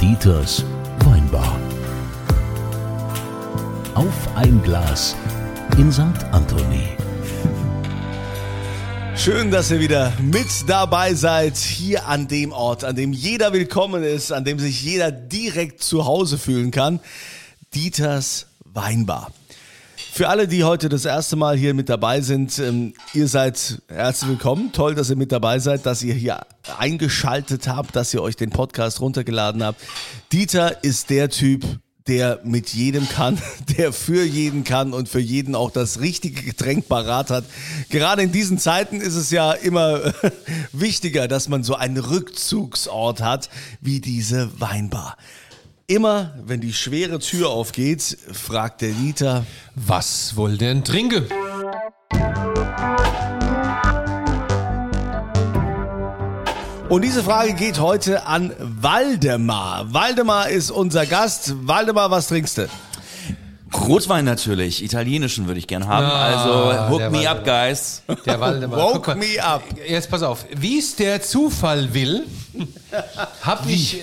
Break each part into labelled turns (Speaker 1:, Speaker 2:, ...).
Speaker 1: Dieters Weinbar. Auf ein Glas in St. Anthony.
Speaker 2: Schön, dass ihr wieder mit dabei seid, hier an dem Ort, an dem jeder willkommen ist, an dem sich jeder direkt zu Hause fühlen kann. Dieters Weinbar. Für alle, die heute das erste Mal hier mit dabei sind, ähm, ihr seid herzlich willkommen. Toll, dass ihr mit dabei seid, dass ihr hier eingeschaltet habt, dass ihr euch den Podcast runtergeladen habt. Dieter ist der Typ, der mit jedem kann, der für jeden kann und für jeden auch das richtige Getränk parat hat. Gerade in diesen Zeiten ist es ja immer wichtiger, dass man so einen Rückzugsort hat wie diese Weinbar. Immer, wenn die schwere Tür aufgeht, fragt der Dieter,
Speaker 3: Was wohl denn trinke?
Speaker 2: Und diese Frage geht heute an Waldemar. Waldemar ist unser Gast. Waldemar, was trinkst du?
Speaker 4: Rotwein natürlich, italienischen würde ich gern haben.
Speaker 3: Ah,
Speaker 4: also
Speaker 3: der
Speaker 4: hook me
Speaker 3: war-
Speaker 4: up, guys.
Speaker 3: Der Waldemar.
Speaker 2: Woke
Speaker 3: Guck mal,
Speaker 2: me up.
Speaker 3: Jetzt pass auf. Wie es der Zufall will, habe ich äh,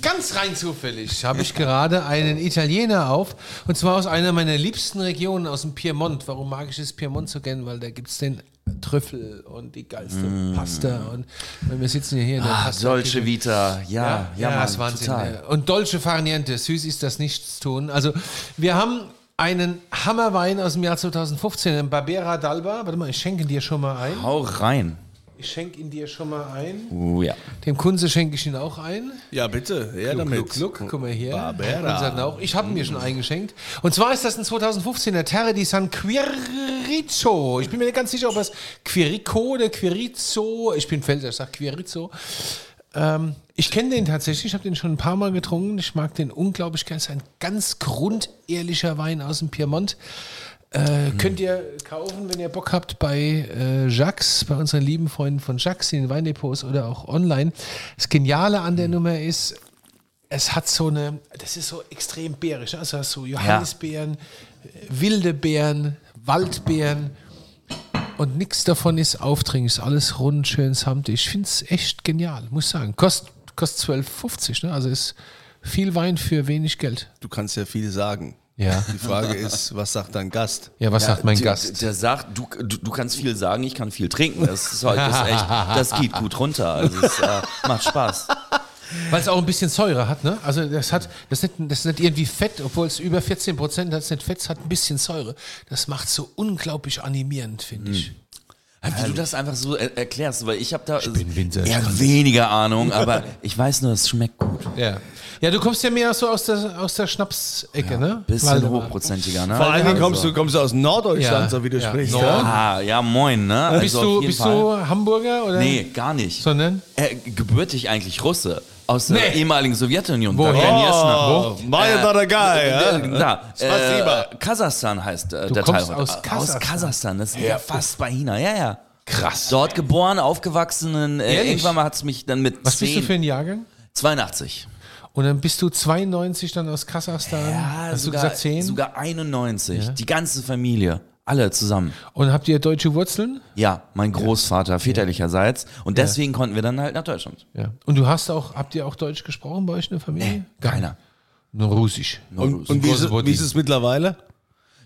Speaker 3: ganz rein zufällig habe ich gerade einen Italiener auf und zwar aus einer meiner liebsten Regionen aus dem Piemont. Warum mag ich das Piemont so gern? Weil da gibt es den Trüffel und die geilste
Speaker 2: Mm.
Speaker 3: Pasta und, und wir sitzen ja hier in der
Speaker 4: Ah,
Speaker 3: Pasta-
Speaker 4: Dolce Vita, Ah, ja, ja,
Speaker 3: ja,
Speaker 4: Mann,
Speaker 3: das ist Wahnsinn.
Speaker 4: total.
Speaker 3: ja. Und Dolce Farniente, süß ist das nichts tun. Also, wir haben einen Hammerwein aus dem Jahr 2015, einen Barbera d'Alba. Warte mal, ich schenke ihn dir schon mal ein.
Speaker 4: Hau rein.
Speaker 3: Ich schenke ihn dir schon mal ein.
Speaker 4: Uh, ja.
Speaker 3: Dem Kunze schenke ich ihn auch ein.
Speaker 2: Ja, bitte, her
Speaker 3: Gluck, gluck, guck mal hier.
Speaker 2: Barbera.
Speaker 3: Unser Nauch. Ich habe mir schon eingeschenkt. Und zwar ist das ein 2015er Terre di San Quirico. Ich bin mir nicht ganz sicher, ob es Quirico oder Quirizo. Ich bin Felser, ich sag Quirizo. Ähm, ich kenne den tatsächlich, ich habe den schon ein paar Mal getrunken. Ich mag den unglaublich gern. Es ist ein ganz grundehrlicher Wein aus dem Piemont. Äh, Könnt ihr kaufen, wenn ihr Bock habt, bei äh, Jacques, bei unseren lieben Freunden von Jacques, in den Weindepots oder auch online. Das Geniale an der Nummer ist, es hat so eine, das ist so extrem bärisch. ne? Also hast du Johannisbeeren, äh, wilde Beeren, Waldbeeren und nichts davon ist aufdringlich. Ist alles rund, schön samtig. Ich finde es echt genial, muss ich sagen. Kost, kostet 12,50, ne? also ist viel Wein für wenig Geld.
Speaker 2: Du kannst ja viel sagen.
Speaker 3: Ja.
Speaker 2: Die Frage ist, was sagt dein Gast?
Speaker 3: Ja, was sagt mein
Speaker 4: der,
Speaker 3: Gast?
Speaker 4: Der sagt, du, du, du kannst viel sagen, ich kann viel trinken. Das, ist halt, das, ist echt, das geht gut runter. Also es äh, macht Spaß.
Speaker 3: Weil es auch ein bisschen Säure hat, ne? Also das hat, das ist nicht, das ist nicht irgendwie Fett, obwohl es über 14 Prozent hat, es ist nicht Fett, es hat ein bisschen Säure. Das macht so unglaublich animierend, finde ich.
Speaker 4: Hm. Wie du das einfach so er erklärst, weil ich habe da
Speaker 3: bin Winzer, ich
Speaker 4: eher weniger Ahnung, aber ich weiß nur, es schmeckt gut.
Speaker 3: Ja. ja, du kommst ja mehr so aus der, aus der Schnapsecke, ne?
Speaker 4: Bisschen
Speaker 3: Waldemar.
Speaker 4: hochprozentiger, ne?
Speaker 2: Vor allen Dingen kommst
Speaker 4: Also.
Speaker 2: du, kommst du aus Norddeutschland,
Speaker 3: Ja,
Speaker 2: so wie du
Speaker 3: ja.
Speaker 2: sprichst.
Speaker 3: Nord-
Speaker 2: Ja?
Speaker 4: Ah, ja, moin, ne? Also
Speaker 3: Bist,
Speaker 4: auf
Speaker 3: du,
Speaker 4: jeden
Speaker 3: bist
Speaker 4: Fall.
Speaker 3: du Hamburger oder?
Speaker 4: Nee, gar nicht.
Speaker 3: Sondern?
Speaker 4: Äh, gebürtig eigentlich Russe. Aus der
Speaker 3: Nee.
Speaker 4: ehemaligen Sowjetunion.
Speaker 3: Woher?
Speaker 4: Dagestan.
Speaker 2: Oh, Maya Daragai, ja?
Speaker 4: Äh, Da,
Speaker 2: Spasiba.
Speaker 4: äh, Kasachstan heißt äh,
Speaker 3: Du
Speaker 4: der
Speaker 3: kommst
Speaker 4: Teil.
Speaker 3: aus
Speaker 4: Aus
Speaker 3: Kasachstan.
Speaker 4: Kasachstan, das ist ja fast bei China, ja, ja. Krass. Dort geboren, aufgewachsen, äh,
Speaker 3: Ehrlich?
Speaker 4: irgendwann mal hat es mich dann mit
Speaker 3: Was
Speaker 4: 10,
Speaker 3: bist du für ein Jahrgang?
Speaker 4: 82.
Speaker 3: Und dann bist du 92 dann aus Kasachstan. hast
Speaker 4: sogar,
Speaker 3: du gesagt 10?
Speaker 4: sogar 91. Die ganze Familie, alle zusammen.
Speaker 3: Und habt ihr deutsche Wurzeln?
Speaker 4: Ja, mein Großvater, väterlicherseits. Und deswegen konnten wir dann halt nach Deutschland.
Speaker 3: Ja. Und du hast auch, habt ihr auch Deutsch gesprochen bei euch in der Familie?
Speaker 4: Keiner.
Speaker 3: Nur Russisch.
Speaker 2: Und, und wie, ist, wie ist es mittlerweile?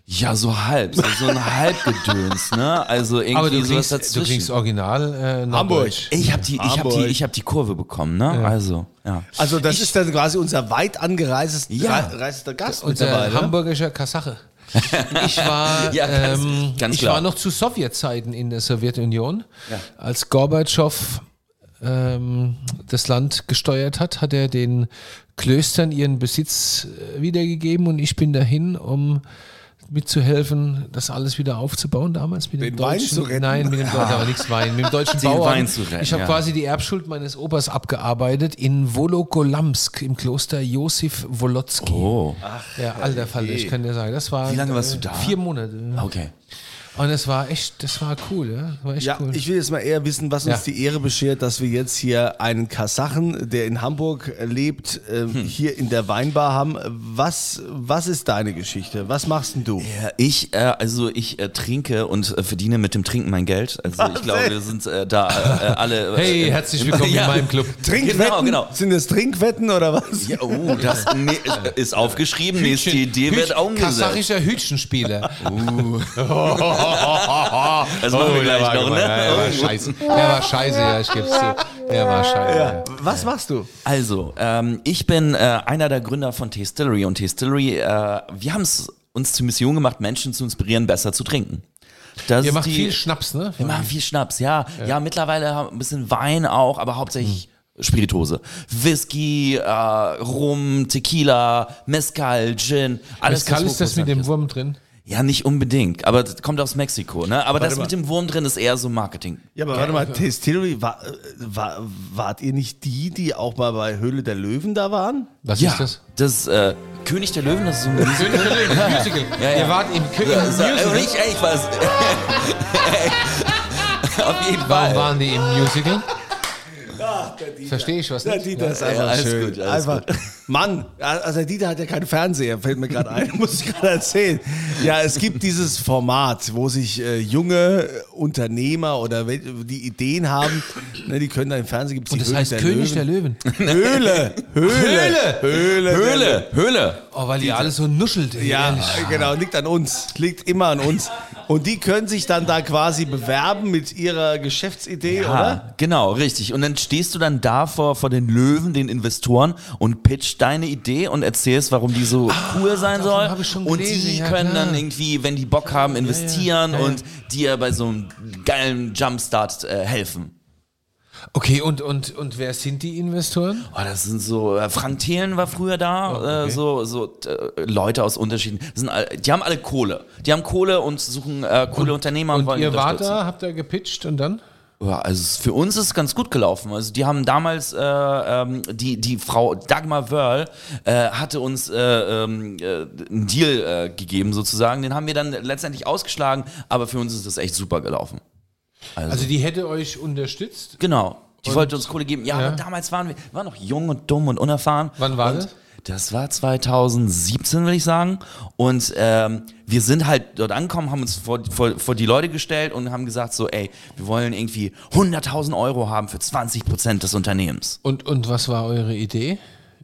Speaker 4: Ja, so halb, so, so ein Halbgedöns, ne? Also irgendwie
Speaker 3: Aber du
Speaker 4: sowas
Speaker 3: kriegst, du
Speaker 4: dazwischen.
Speaker 3: kriegst original äh,
Speaker 2: Hamburg.
Speaker 3: Norddeutsch.
Speaker 4: ich habe die, ich hab die,
Speaker 2: Hamburg.
Speaker 4: ich hab die Kurve bekommen, ne? Also, ja.
Speaker 2: Also, das ist dann quasi unser weit angereisester
Speaker 4: Ja.
Speaker 2: reisender Gast
Speaker 3: Unser
Speaker 2: mittlerweile.
Speaker 3: hamburgischer Kasache. Ich war,
Speaker 4: Ja, ganz-
Speaker 3: ähm,
Speaker 4: ganz
Speaker 3: ich
Speaker 4: klar.
Speaker 3: war noch zu Sowjetzeiten in der Sowjetunion. Als Gorbatschow ähm, das Land gesteuert hat, hat er den Klöstern ihren Besitz äh, wiedergegeben und ich bin dahin, um mitzuhelfen, das alles wieder aufzubauen damals mit dem
Speaker 2: Den Wein
Speaker 3: deutschen
Speaker 2: zu retten.
Speaker 3: Nein, mit dem deutschen, aber nichts Wein, mit dem deutschen
Speaker 4: Den
Speaker 3: Bauern.
Speaker 4: Wein zu retten,
Speaker 3: ich habe
Speaker 4: ja.
Speaker 3: quasi die Erbschuld meines Opas abgearbeitet in Wolokolamsk im Kloster Josif Wolotski.
Speaker 4: Oh,
Speaker 3: Ja, alter Fall, ich kann dir sagen, das war
Speaker 4: eh, Wie lange warst du
Speaker 3: äh,
Speaker 4: da?
Speaker 3: Vier Monate.
Speaker 4: okay.
Speaker 3: Und das war echt, das war cool, ja. Das war echt
Speaker 2: Ja,
Speaker 3: cool.
Speaker 2: ich will jetzt mal eher wissen, was uns
Speaker 3: Ja.
Speaker 2: die Ehre beschert, dass wir jetzt hier einen Kasachen, der in Hamburg lebt, äh,
Speaker 3: Hm.
Speaker 2: hier in der Weinbar haben. Was, was ist deine Geschichte? Was machst denn du?
Speaker 4: Ja, ich, äh, also ich äh, trinke und äh, verdiene mit dem Trinken mein Geld. Also ich glaube, wir sind äh, da äh, äh, alle. Äh,
Speaker 3: Ah, hey,
Speaker 4: äh,
Speaker 3: herzlich willkommen
Speaker 4: Ja.
Speaker 3: in meinem Club.
Speaker 4: Genau, genau.
Speaker 2: Sind das Trinkwetten oder was?
Speaker 4: Ja, oh, das nee, äh, ist aufgeschrieben. Nächste Idee wird Uh. umgesetzt.
Speaker 3: Kasachischer Hütchenspieler. Oh,
Speaker 4: Das machen wir gleich noch, ne?
Speaker 3: Der war scheiße. Der war scheiße, ja, ich geb's zu. Der war scheiße. Ja.
Speaker 2: Was machst du?
Speaker 4: Also, ähm, ich bin äh, einer der Gründer von Tastillery und Tastillery, äh, wir haben es uns zur Mission gemacht, Menschen zu inspirieren, besser zu trinken. Das
Speaker 3: Ihr
Speaker 4: ist
Speaker 3: macht
Speaker 4: die-
Speaker 3: viel Schnaps, ne?
Speaker 4: Wir machen viel Schnaps, ja. Ja, mittlerweile haben wir ein bisschen Wein auch, aber hauptsächlich Spirituose. Whisky, äh, Rum, Tequila, Mezcal, Gin. Alles
Speaker 3: Pascal,
Speaker 4: was
Speaker 3: ist das mit
Speaker 4: hochprozentlich
Speaker 3: dem
Speaker 4: ist.
Speaker 3: Wurm drin?
Speaker 4: Ja, nicht unbedingt, aber das kommt aus Mexiko, ne? Aber das mit dem Wurm drin ist eher so Marketing.
Speaker 2: Ja, aber warte mal, Tastillery, war, äh, war, wart ihr nicht die, die auch mal bei Höhle der Löwen da waren?
Speaker 3: Was
Speaker 4: ja,
Speaker 3: ist das?
Speaker 4: das äh, König der Löwen, das ist so ein Musical.
Speaker 3: Musical.
Speaker 4: Ja, ja.
Speaker 3: Ihr wart im Kö-
Speaker 4: Ja,
Speaker 3: im
Speaker 4: so, äh,
Speaker 3: Musical.
Speaker 4: nicht echt was. Auf jeden
Speaker 3: Warum
Speaker 4: Fall.
Speaker 3: waren die im Musical? Verstehe ich was nicht.
Speaker 2: Dieter ist
Speaker 4: ja, alles gut, alles
Speaker 2: einfach. Mann, also der Dieter hat ja keinen Fernseher, fällt mir gerade ein, muss ich gerade erzählen. Ja, es gibt dieses Format, wo sich äh, junge äh, Unternehmer oder wel- die Ideen haben, ne, die können da im Fernsehen gibt's
Speaker 3: Und
Speaker 2: die
Speaker 3: das heißt König der Löwen.
Speaker 2: der Höhle, Höhle, Höhle, Höhle,
Speaker 4: Höhle, Höhle.
Speaker 3: Oh, weil ihr alles so nuschelt. ey,
Speaker 2: Ja,
Speaker 3: ehrlich.
Speaker 2: genau, liegt an uns, liegt immer an uns. Und die können sich dann da quasi bewerben mit ihrer Geschäftsidee, oder?
Speaker 4: Ah, genau, richtig. Und dann stehst du dann da vor, vor den Löwen, den Investoren und pitcht deine Idee und erzählst, warum die so cool sein
Speaker 3: Ah, davon
Speaker 4: soll.
Speaker 3: hab ich schon
Speaker 4: und
Speaker 3: gelesen,
Speaker 4: die
Speaker 3: ja,
Speaker 4: können
Speaker 3: klar.
Speaker 4: dann irgendwie, wenn die Bock haben, investieren und dir bei so einem geilen Jumpstart äh, helfen.
Speaker 3: Okay, und, und, und wer sind die Investoren?
Speaker 4: Oh, das sind so, äh, Frank Thelen war früher
Speaker 3: Oh,
Speaker 4: da, äh, so, so äh, Leute aus Unterschieden. Das sind, all- die haben alle Kohle. Die haben Kohle und suchen äh, coole Unternehmer und,
Speaker 3: Und
Speaker 4: wollen
Speaker 3: ihr wart
Speaker 4: unterstützen.
Speaker 3: da, habt da gepitcht und dann?
Speaker 4: Ja, also es- für uns ist es ganz gut gelaufen. Also die haben damals äh, ähm, die die Frau Dagmar Wörl äh, hatte uns äh, ähm, äh, einen Deal äh, gegeben sozusagen. Den haben wir dann letztendlich ausgeschlagen, aber für uns ist das echt super gelaufen.
Speaker 3: Also die hätte euch unterstützt.
Speaker 4: Genau. Die wollte uns Kohle geben. Ja,
Speaker 3: Ja.
Speaker 4: aber damals waren wir waren noch jung und dumm und unerfahren.
Speaker 3: Wann war
Speaker 4: und
Speaker 3: das?
Speaker 4: Das war 2017, würde ich sagen. Und ähm, wir sind halt dort angekommen, haben uns vor, vor, vor die Leute gestellt und haben gesagt so, ey, wir wollen irgendwie 100.000 Euro haben für 20 Prozent des Unternehmens.
Speaker 3: Und, und was war eure Idee?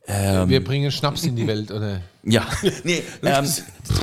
Speaker 4: Ähm.
Speaker 3: Wir bringen Schnaps in die Welt, oder?
Speaker 4: Ja, nee, ähm,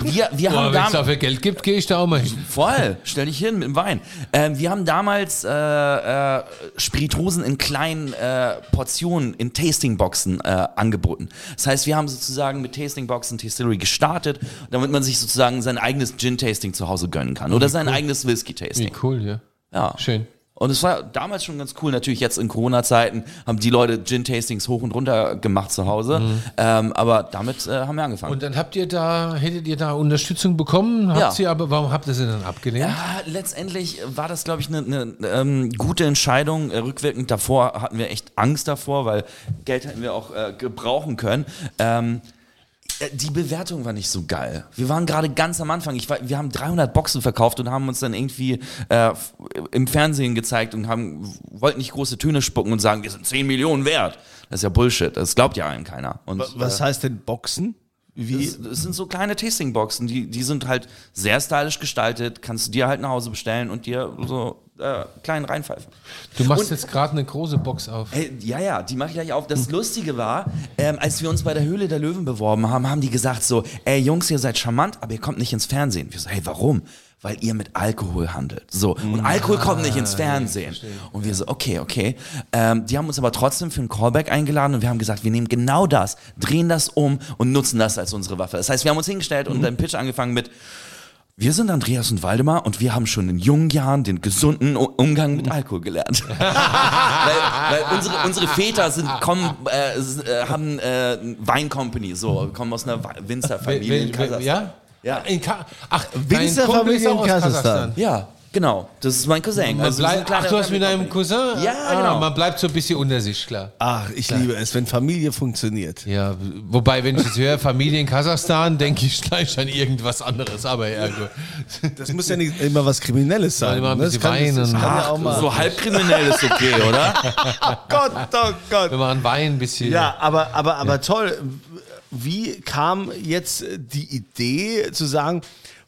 Speaker 4: wir, wir haben
Speaker 3: Wenn es
Speaker 4: dam-
Speaker 3: dafür Geld gibt, gehe ich da auch mal hin.
Speaker 4: Voll, stell dich hin mit dem Wein. Ähm, wir haben damals äh, äh, Spirituosen in kleinen äh, Portionen in Tastingboxen äh, angeboten. Das heißt, wir haben sozusagen mit Tastingboxen Tastillery gestartet, damit man sich sozusagen sein eigenes Gin-Tasting zu Hause gönnen kann oder sein eigenes
Speaker 3: Wie
Speaker 4: Whisky-Tasting.
Speaker 3: cool, ja.
Speaker 4: Ja.
Speaker 3: Schön.
Speaker 4: Und es war damals schon ganz cool. Natürlich jetzt in Corona-Zeiten haben die Leute Gin-Tastings hoch und runter gemacht zu Hause. Ähm, aber damit äh, haben wir angefangen.
Speaker 3: Und dann habt ihr da, hättet ihr da Unterstützung bekommen? Habt
Speaker 4: Ja.
Speaker 3: sie aber, warum habt ihr sie dann abgelehnt?
Speaker 4: Ja, letztendlich war das, glaube ich, eine ähm, gute Entscheidung. Äh, Rückwirkend davor hatten wir echt Angst davor, weil Geld hätten wir auch äh, gebrauchen können. Ähm, äh, die Bewertung war nicht so geil. Wir waren gerade ganz am Anfang. Ich war, wir haben 300 Boxen verkauft und haben uns dann irgendwie äh, f- im Fernsehen gezeigt und haben, wollten nicht große Töne spucken und sagen, wir sind 10 Millionen wert. Das ist ja Bullshit. Das glaubt ja einem keiner. Und, äh,
Speaker 2: Was heißt denn Boxen? Wie?
Speaker 4: es, es sind so kleine Tastingboxen, die, die sind halt sehr stylisch gestaltet, kannst du dir halt nach Hause bestellen und dir so äh, kleinen reinpfeifen.
Speaker 3: Du machst jetzt gerade eine große Box auf.
Speaker 4: Ey, ja, ja, die mache ich gleich auf. Das Lustige war, ähm, als wir uns bei der Höhle der Löwen beworben haben, haben die gesagt so, ey Jungs, ihr seid charmant, aber ihr kommt nicht ins Fernsehen. Wir so, hey, warum? Weil ihr mit Alkohol handelt. So, und Alkohol kommt nicht ins Fernsehen. Und wir so, okay, okay. Ähm, die haben uns aber trotzdem für einen Callback eingeladen und wir haben gesagt, wir nehmen genau das, drehen das um und nutzen das als unsere Waffe. Das heißt, wir haben uns hingestellt und einen Pitch angefangen mit, wir sind Andreas und Waldemar und wir haben schon in jungen Jahren den gesunden U- Umgang mit Alkohol gelernt. weil weil unsere, unsere Väter sind, kommen, äh, s- äh, haben äh, Weincompany, so, kommen aus einer Wa- Winzerfamilie in
Speaker 3: Wel- wel-
Speaker 4: Kasachstan.
Speaker 3: ja?
Speaker 4: Ja.
Speaker 3: In Ka Ach, dein
Speaker 2: Winzerfamilie
Speaker 3: Kumpel ist auch
Speaker 2: in
Speaker 3: aus
Speaker 2: Kasachstan.
Speaker 4: Ja. Genau, das ist mein Cousin.
Speaker 3: Man
Speaker 4: Also wir sind
Speaker 3: bleibt,
Speaker 4: kleine
Speaker 3: ach, du hast mit
Speaker 4: Family
Speaker 3: deinem
Speaker 4: Company.
Speaker 3: Cousin?
Speaker 4: Ja,
Speaker 3: ah,
Speaker 4: genau.
Speaker 3: Man bleibt so ein bisschen unter sich, klar.
Speaker 2: Ach, ich liebe es, wenn Familie funktioniert.
Speaker 3: Ja, wobei, wenn ich jetzt höre, Familie in Kasachstan, denke ich gleich an irgendwas anderes. Aber ja, gut.
Speaker 2: Das muss ja nicht immer was Kriminelles sein.
Speaker 3: Immer ein
Speaker 2: ne? Das
Speaker 3: bisschen
Speaker 2: kann, das- das
Speaker 3: weinen.
Speaker 2: kann ja
Speaker 3: Ach,
Speaker 2: auch mal.
Speaker 4: So halbkriminell ist okay, oder?
Speaker 2: Gott, oh Gott.
Speaker 3: Wenn man an Wein ein bisschen.
Speaker 2: Ja, aber, aber, aber toll. Wie kam jetzt die Idee zu sagen,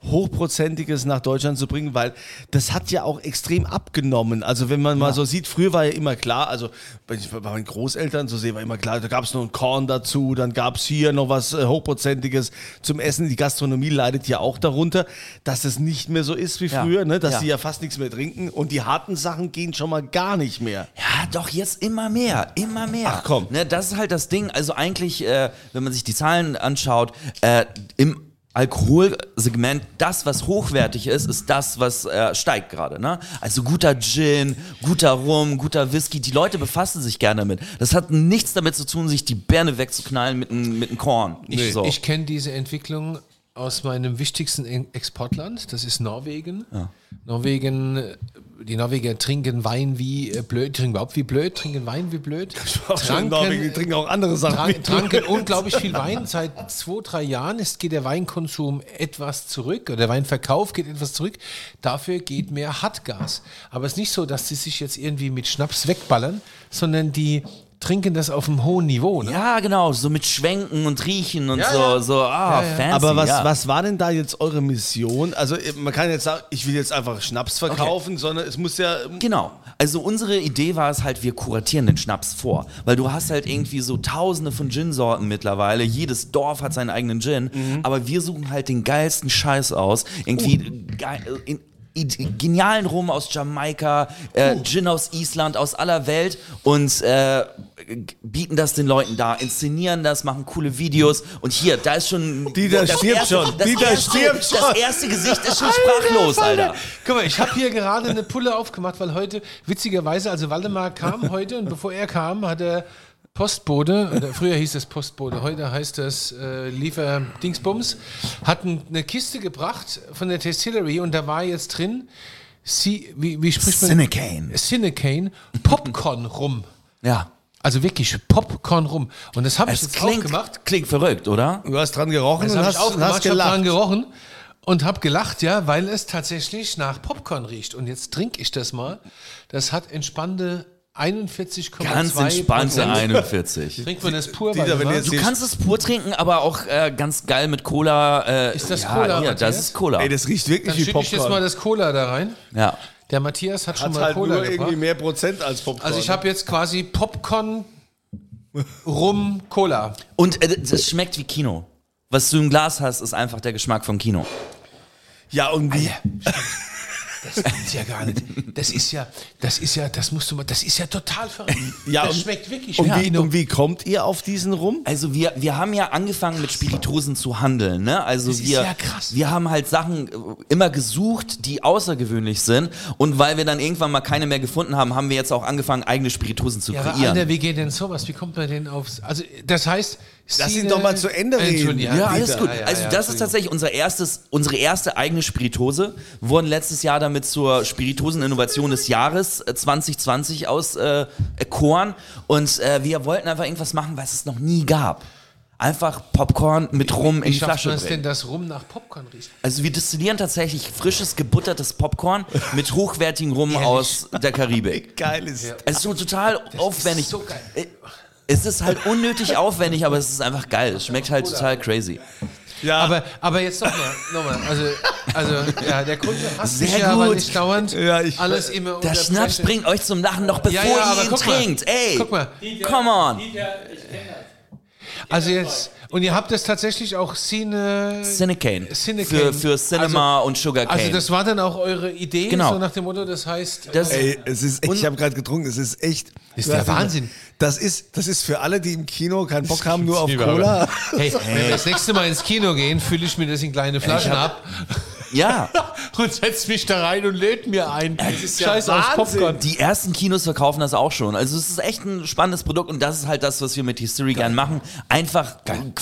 Speaker 2: Hochprozentiges nach Deutschland zu bringen, weil das hat ja auch extrem abgenommen. Also wenn man mal so sieht, früher war ja immer klar, also wenn ich bei meinen Großeltern so sehe, war immer klar, da gab es noch ein Korn dazu, dann gab es hier noch was äh, Hochprozentiges zum Essen. Die Gastronomie leidet ja auch darunter, dass es nicht mehr so ist wie
Speaker 4: Ja.
Speaker 2: früher, ne? dass
Speaker 4: Ja.
Speaker 2: sie ja fast nichts mehr trinken und die harten Sachen gehen schon mal gar nicht mehr.
Speaker 4: Ja, doch, jetzt immer mehr, immer mehr.
Speaker 2: Ach, komm.
Speaker 4: Ne, das ist halt das Ding. Also eigentlich, äh, wenn man sich die Zahlen anschaut, äh, im Alkoholsegment, das, was hochwertig ist, ist das, was äh, steigt gerade. Ne? Also guter Gin, guter Rum, guter Whisky, die Leute befassen sich gerne damit. Das hat nichts damit zu tun, sich die Birne wegzuknallen mit einem mit einem Korn. Ich,
Speaker 3: Ich,
Speaker 4: so.
Speaker 3: ich kenne diese Entwicklung aus meinem wichtigsten En- Exportland, das ist Norwegen.
Speaker 2: Ah.
Speaker 3: Norwegen, äh, die Norweger trinken Wein wie äh, blöd, trinken überhaupt wie blöd, trinken Wein wie blöd.
Speaker 2: Auch schon in Norwegen trinken auch andere Sachen.
Speaker 3: Tra- tranken unglaublich viel Wein. Seit zwei, drei Jahren ist, geht der Weinkonsum etwas zurück oder der Weinverkauf geht etwas zurück. Dafür geht mehr Hartgas. Aber es ist nicht so, dass die sich jetzt irgendwie mit Schnaps wegballern, sondern die trinken das auf einem hohen Niveau. Ne?
Speaker 4: ja, genau, so mit Schwenken und Riechen und
Speaker 3: Ja,
Speaker 4: so,
Speaker 3: ja.
Speaker 4: so, ah,
Speaker 3: Ja, ja.
Speaker 4: fancy.
Speaker 2: Aber was,
Speaker 4: ja.
Speaker 2: was war denn da jetzt eure Mission? Also eh, man kann jetzt sagen, ich will jetzt einfach Schnaps verkaufen, sondern es muss ja...
Speaker 4: Genau. Also unsere Idee war es halt, wir kuratieren den Schnaps vor. Weil du hast halt irgendwie so tausende von Gin-Sorten mittlerweile. Jedes Dorf hat seinen eigenen Gin.
Speaker 2: Mhm.
Speaker 4: Aber wir suchen halt den geilsten Scheiß aus. Irgendwie
Speaker 2: Uh.
Speaker 4: geil, in, in, genialen Rum aus Jamaika,
Speaker 2: Uh.
Speaker 4: äh, Gin aus Island, aus aller Welt. Und äh, g- bieten das den Leuten da, inszenieren das, machen coole Videos. Und hier, da ist schon...
Speaker 2: Dieter
Speaker 4: das
Speaker 2: stirbt
Speaker 4: erste-
Speaker 2: schon.
Speaker 4: Das
Speaker 2: Dieter
Speaker 4: erste,
Speaker 2: stirbt schon.
Speaker 4: Das erste Gesicht ist schon sprachlos, Alter.
Speaker 3: Guck mal, ich habe hier gerade eine Pulle aufgemacht, weil heute, witzigerweise, also Waldemar kam heute und bevor er kam, hat er Postbote, oder früher hieß es Postbote, heute heißt das äh, Liefer-Dingsbums, hat ein, eine Kiste gebracht von der Tastillery und da war jetzt drin, sie, wie, wie spricht man?
Speaker 4: Cinecane.
Speaker 3: Cinecane, Popcorn rum.
Speaker 4: Ja.
Speaker 3: Also wirklich Popcorn rum. Und das habe ich
Speaker 4: Es
Speaker 3: jetzt
Speaker 4: klingt,
Speaker 3: auch gemacht.
Speaker 4: klingt verrückt, oder?
Speaker 2: Du hast dran gerochen
Speaker 3: Das
Speaker 2: und
Speaker 3: habe
Speaker 2: hast,
Speaker 3: Also ich auch
Speaker 2: und hast
Speaker 3: gemacht, ich habe
Speaker 2: gelacht.
Speaker 3: dran gerochen und habe gelacht, ja, weil es tatsächlich nach Popcorn riecht. Und jetzt trinke ich das mal. Das hat entspannte 41,2
Speaker 4: Ganz entspannte
Speaker 3: Prozent.
Speaker 4: 41.
Speaker 3: Trinkt man das pur,
Speaker 2: Dieter,
Speaker 3: Waldemar?
Speaker 2: wenn du jetzt
Speaker 4: Du kannst es pur trinken, aber auch äh, ganz geil mit Cola. Äh,
Speaker 3: Ist das
Speaker 4: ja,
Speaker 3: Cola,
Speaker 4: Ja, das
Speaker 3: Matthias?
Speaker 4: ist Cola.
Speaker 2: Ey, das riecht wirklich
Speaker 3: dann
Speaker 2: wie
Speaker 3: schütte ich jetzt mal
Speaker 2: Popcorn.
Speaker 3: das Cola da rein.
Speaker 4: ja.
Speaker 3: Der Matthias hat, schon
Speaker 2: Hat
Speaker 3: mal
Speaker 2: halt
Speaker 3: Cola
Speaker 2: nur irgendwie
Speaker 3: gebracht.
Speaker 2: mehr Prozent als Popcorn.
Speaker 3: Also ich habe jetzt quasi Popcorn Rum Cola.
Speaker 4: Und äh, das schmeckt wie Kino. Was du im Glas hast, ist einfach der Geschmack vom Kino.
Speaker 2: ja, und
Speaker 3: Ah,
Speaker 2: wie?
Speaker 3: Das ist ja gar nicht. Das ist ja, das ist ja, das musst du mal, das ist ja total verrückt.
Speaker 2: Ja,
Speaker 3: das
Speaker 2: und-
Speaker 3: schmeckt wirklich
Speaker 2: Und,
Speaker 3: wie
Speaker 2: wie, und wie kommt ihr auf diesen rum?
Speaker 4: Also wir, wir haben ja angefangen mit Spiritosen zu handeln, ne? Also
Speaker 3: ist
Speaker 4: wir,
Speaker 3: ja krass.
Speaker 4: wir haben halt Sachen äh, immer gesucht, die außergewöhnlich sind. Und weil wir dann irgendwann mal keine mehr gefunden haben, haben wir jetzt auch angefangen, eigene Spiritosen zu
Speaker 3: Ja, aber
Speaker 4: kreieren.
Speaker 3: Alter, wie geht denn sowas? Wie kommt man denn aufs. Also, das heißt.
Speaker 2: Lass
Speaker 3: Szene-
Speaker 2: ihn doch mal zu Ende reden.
Speaker 3: Entschuldigung,
Speaker 4: Ja,
Speaker 2: Ja,
Speaker 4: alles
Speaker 2: Dieter.
Speaker 4: gut.
Speaker 3: Ah, Ja, ja,
Speaker 4: also
Speaker 3: ja,
Speaker 4: das ist tatsächlich unser erstes, unsere erste eigene Spiritose. Wir Wurden letztes Jahr damit zur Spiritosen-Innovation des Jahres äh, 2020 auserkoren. Äh, erkoren. und äh, wir wollten einfach irgendwas machen, was es noch nie gab. Einfach Popcorn mit Rum in
Speaker 3: Wie
Speaker 4: die
Speaker 3: schafft
Speaker 4: Flasche
Speaker 3: man es
Speaker 4: bringen.
Speaker 3: denn, dass Rum nach Popcorn riecht?
Speaker 4: Also wir destillieren tatsächlich frisches, gebuttertes Popcorn mit hochwertigem Rum aus der Karibik.
Speaker 2: Geil ist. Ja.
Speaker 4: Es ist so total aufwendig.
Speaker 3: ist so geil.
Speaker 4: Äh, Es ist halt unnötig aufwendig, aber es ist einfach geil. Es schmeckt halt total crazy.
Speaker 3: Aber, aber jetzt nochmal, nochmal. Also, also ja, der Kunde hasst
Speaker 4: Sehr
Speaker 3: mich ja, weil
Speaker 4: gut.
Speaker 3: ich dauernd
Speaker 2: Ja, ich-
Speaker 3: alles immer
Speaker 4: Der
Speaker 3: unter
Speaker 4: Schnaps
Speaker 3: Pressure-
Speaker 4: bringt euch zum Lachen noch bevor
Speaker 3: Ja, ja, aber
Speaker 4: ihr ihn
Speaker 3: guck mal.
Speaker 4: trinkt. Ey,
Speaker 3: Guck mal.
Speaker 4: come on.
Speaker 3: Also jetzt, und ihr habt das tatsächlich auch Szene.
Speaker 4: Cinecane.
Speaker 3: Cinecane.
Speaker 4: Für, für Cinema und Sugarcane.
Speaker 3: Also, das war dann auch eure Idee,
Speaker 4: Genau.
Speaker 3: so nach dem Motto, das heißt. äh,
Speaker 4: Das-
Speaker 2: Ey, es ist, echt- ich habe gerade getrunken, es ist echt.
Speaker 3: Ist der Wahnsinn.
Speaker 2: Das ist, das ist für alle, die im Kino keinen Bock haben, nur auf
Speaker 3: Lieber,
Speaker 2: Cola.
Speaker 3: aber- Hey, wenn wir das nächste Mal ins Kino gehen, fülle ich mir das in kleine Flaschen ab
Speaker 4: ja.
Speaker 3: und setze mich da rein und lädt mir ein.
Speaker 2: ja
Speaker 3: Scheiß aus
Speaker 2: Wahnsinn.
Speaker 3: Popcorn.
Speaker 4: Die ersten Kinos verkaufen das auch schon. Also es ist echt ein spannendes Produkt und das ist halt das, was wir mit History gern machen. Einfach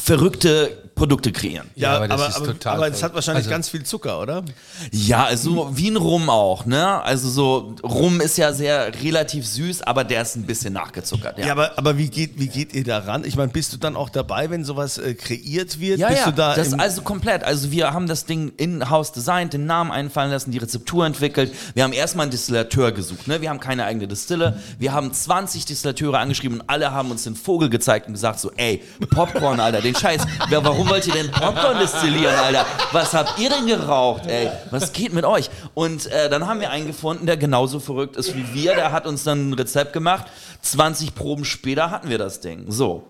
Speaker 4: verrückte Produkte kreieren.
Speaker 2: Ja,
Speaker 3: aber
Speaker 2: aber,
Speaker 3: das
Speaker 2: aber,
Speaker 3: ist
Speaker 2: aber,
Speaker 3: total
Speaker 2: es
Speaker 3: verrückt.
Speaker 2: hat wahrscheinlich
Speaker 3: Also-
Speaker 2: ganz viel Zucker, oder?
Speaker 4: Ja, ist
Speaker 3: Mhm.
Speaker 4: so wie ein Rum auch, ne? Also so, Rum ist ja sehr relativ süß, aber der ist ein bisschen nachgezuckert.
Speaker 2: Ja, aber, aber wie, geht, wie geht ihr da ran? Ich meine, bist du dann auch dabei, wenn sowas äh, kreiert wird?
Speaker 4: Ja,
Speaker 2: bist
Speaker 4: ja,
Speaker 2: du da
Speaker 4: das
Speaker 2: im-
Speaker 4: also komplett. Also wir haben das Ding in-house designt, den Namen einfallen lassen, die Rezeptur entwickelt. Wir haben erstmal einen Distillateur gesucht. Ne? Wir haben keine eigene Distille. Wir haben 20 Distillateure angeschrieben und alle haben uns den Vogel gezeigt und gesagt so, ey, Popcorn, Alter, den Scheiß. Wer, warum wollt ihr denn Popcorn destillieren, Alter? Was habt ihr denn geraucht, ey? Was geht mit euch? Und äh, dann haben wir einen gefunden, der genauso verrückt ist wie wir. Der hat uns dann ein Rezept gemacht. 20 Proben später hatten wir das Ding. So.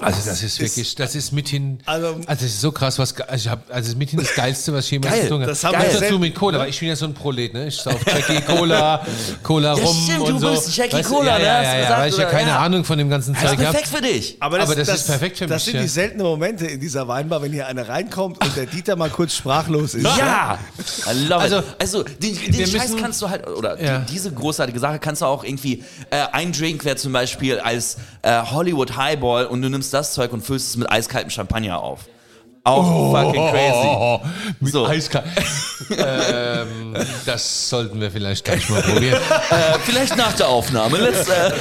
Speaker 3: Also das ist wirklich, das ist mithin,
Speaker 2: Also-
Speaker 3: also, das ist so krass, was, ge- also ich hab, also das ist mithin das Geilste, was ich jemals
Speaker 4: Geil,
Speaker 3: getrunken habe.
Speaker 2: das haben
Speaker 4: wir
Speaker 3: dazu
Speaker 2: selten,
Speaker 3: mit Cola, weil ich bin ja so ein Prolet, ne? Ich sauf Jackie Cola, Cola
Speaker 4: Ja,
Speaker 3: rum
Speaker 4: stimmt,
Speaker 3: und
Speaker 4: du
Speaker 3: so.
Speaker 4: bist Jackie
Speaker 3: Weißt du,
Speaker 4: Cola,
Speaker 3: ja,
Speaker 4: ne?
Speaker 3: Ja,
Speaker 4: Hast
Speaker 3: ja, ja,
Speaker 4: du gesagt,
Speaker 3: weil ich ja
Speaker 4: oder?
Speaker 3: keine
Speaker 4: Ja.
Speaker 3: Ahnung von dem ganzen
Speaker 4: Das
Speaker 3: Zeug
Speaker 4: ist
Speaker 3: habe.
Speaker 4: perfekt für dich.
Speaker 3: Aber das ist perfekt für
Speaker 2: Das
Speaker 3: mich,
Speaker 2: sind die
Speaker 3: ja.
Speaker 2: seltenen Momente in dieser Weinbar, wenn hier einer reinkommt und der Dieter mal kurz sprachlos ist.
Speaker 4: Ja! I love also,
Speaker 3: Also,
Speaker 4: it. also den, den
Speaker 3: wir
Speaker 4: Scheiß
Speaker 3: müssen-
Speaker 4: kannst du halt, oder
Speaker 3: Ja.
Speaker 4: die, diese großartige Sache kannst du auch irgendwie, äh, ein Drink wäre zum Beispiel als äh, Hollywood Highball und du nimmst das Zeug und füllst es mit eiskaltem Champagner auf. Auch fucking crazy.
Speaker 3: Oh, mit
Speaker 4: So.
Speaker 3: Eiskalt. ähm, das sollten wir vielleicht gleich mal probieren.
Speaker 4: Äh, vielleicht nach der Aufnahme. Let's, äh,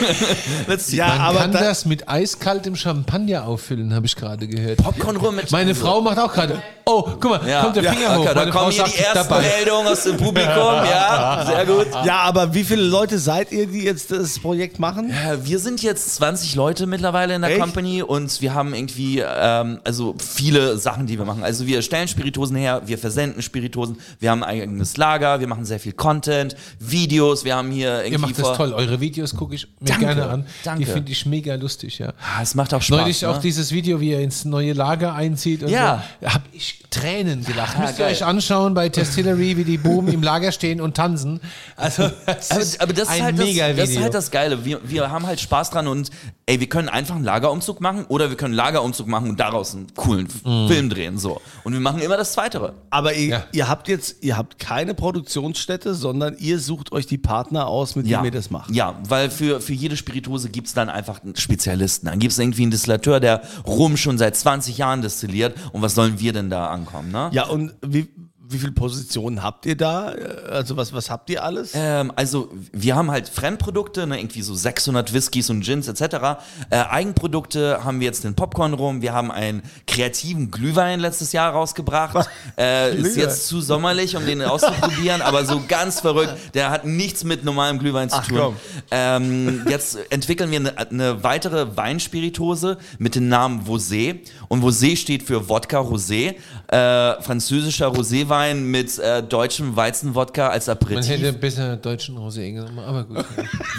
Speaker 4: let's see.
Speaker 2: Ja,
Speaker 3: Man
Speaker 2: aber
Speaker 3: kann
Speaker 2: da-
Speaker 3: das mit eiskaltem Champagner auffüllen, habe ich gerade gehört.
Speaker 4: Popcorn rum mit
Speaker 3: Meine Frau macht auch gerade. Oh, guck mal, kommt der Finger hoch.
Speaker 4: Okay, da
Speaker 3: Meine Frau
Speaker 4: kommen hier die
Speaker 3: sagt
Speaker 4: ersten Meldungen aus dem Publikum. Ja, sehr gut.
Speaker 2: Ja, aber wie viele Leute seid ihr, die jetzt das Projekt machen?
Speaker 4: Äh, Wir sind jetzt 20 Leute mittlerweile in der
Speaker 2: Echt?
Speaker 4: Company und wir haben irgendwie ähm, also viele Sachen, die wir machen. Also wir stellen Spiritosen her, wir versenden Spiritosen, wir haben ein eigenes Lager, wir machen sehr viel Content, Videos, wir haben hier irgendwie
Speaker 3: Ihr macht
Speaker 4: vor-
Speaker 3: das toll. Eure Videos gucke ich mir
Speaker 4: Danke,
Speaker 3: gerne an.
Speaker 4: danke.
Speaker 3: Die finde ich mega lustig, ja.
Speaker 4: Ah, es macht auch Spaß.
Speaker 3: Neulich auch
Speaker 4: ne?
Speaker 3: dieses Video, wie er ins neue Lager einzieht. Und
Speaker 4: Ja.
Speaker 3: So, hab ich Tränen gelacht.
Speaker 4: Ja,
Speaker 3: Müsst
Speaker 4: geil.
Speaker 3: ihr euch anschauen bei Testillery, wie die Buben im Lager stehen und tanzen. Also, das
Speaker 4: aber,
Speaker 3: ist
Speaker 4: aber das,
Speaker 3: ein
Speaker 4: ist halt
Speaker 3: mega
Speaker 4: das,
Speaker 3: Video.
Speaker 4: das ist halt das Geile. Wir, wir haben halt Spaß dran und ey, wir können einfach einen Lagerumzug machen oder wir können einen Lagerumzug machen und daraus einen coolen
Speaker 3: Mhm.
Speaker 4: Film drehen. So. Und wir machen immer das Zweitere.
Speaker 2: Aber ihr,
Speaker 3: Ja.
Speaker 2: ihr habt jetzt, ihr habt keine Produktionsstätte, sondern ihr sucht euch die Partner aus, mit denen ihr das macht.
Speaker 4: Ja, weil für, für jede Spirituose gibt's dann einfach einen Spezialisten. Dann gibt's irgendwie einen Distillateur, der Rum schon seit 20 Jahren destilliert. Und was sollen wir denn da ankommen, ne?
Speaker 2: Ja, und wie, wie viele Positionen habt ihr da? Also was, was habt ihr alles?
Speaker 4: Ähm, also wir haben halt Fremdprodukte, ne, irgendwie so 600 Whiskys und Gins etc. Äh, Eigenprodukte haben wir jetzt den Popcorn rum. Wir haben einen kreativen Glühwein letztes Jahr rausgebracht. Äh, ist
Speaker 2: Glühwein.
Speaker 4: jetzt zu sommerlich, um den auszuprobieren, aber so ganz verrückt. Der hat nichts mit normalem Glühwein zu
Speaker 2: Ach, komm.
Speaker 4: tun. Ähm, jetzt entwickeln wir eine, eine weitere Weinspiritose mit dem Namen Vosé. Und Vosé steht für Wodka Rosé, äh, französischer Roséwein mit äh, deutschem Weizenwodka als
Speaker 3: Man
Speaker 4: Aperitif.
Speaker 3: hätte besser deutschen Rosé genommen, aber gut.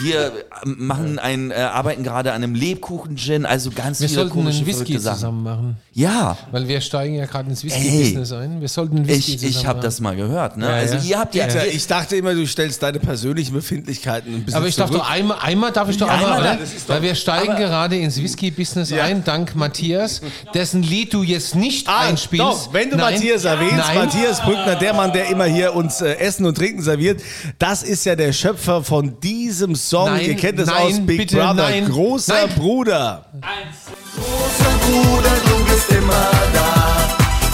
Speaker 4: Wir machen ein, äh, arbeiten gerade an einem Lebkuchen-Gin, also ganz
Speaker 3: Wir
Speaker 4: viele
Speaker 3: sollten
Speaker 4: komische
Speaker 3: einen Whisky
Speaker 4: verrückte Sachen.
Speaker 3: zusammen machen.
Speaker 4: Ja,
Speaker 3: Weil wir steigen ja gerade ins Whisky-Business ein. Wir sollten einen Whisky
Speaker 4: ich,
Speaker 3: zusammen
Speaker 4: ich habe
Speaker 3: machen.
Speaker 4: das mal gehört. Ne?
Speaker 3: Ja,
Speaker 4: also
Speaker 3: ja.
Speaker 4: ihr habt ja,
Speaker 2: Alter, ich dachte immer, du stellst deine persönlichen Befindlichkeiten ein bisschen
Speaker 3: Aber ich darf
Speaker 2: zurück.
Speaker 3: doch einmal, einmal darf ich doch
Speaker 4: Ja,
Speaker 3: einmal,
Speaker 4: einmal,
Speaker 3: oder?
Speaker 4: das ist doch-
Speaker 3: Weil wir steigen
Speaker 4: aber-
Speaker 3: gerade ins Whisky-Business ein, dank Matthias, dessen Lied du jetzt nicht
Speaker 2: Ah,
Speaker 3: einspielst.
Speaker 2: Doch, wenn du
Speaker 3: Nein.
Speaker 2: Matthias erwähnst,
Speaker 3: Nein.
Speaker 2: Matthias Brückner, der Mann, der immer hier uns äh, Essen und Trinken serviert, das ist ja der Schöpfer von diesem Song.
Speaker 3: Nein,
Speaker 2: Ihr kennt es
Speaker 3: nein,
Speaker 2: aus Big
Speaker 3: bitte,
Speaker 2: Brother.
Speaker 3: nein.
Speaker 2: Großer
Speaker 3: Nein.
Speaker 2: Bruder.
Speaker 5: Großer Bruder, du bist immer da.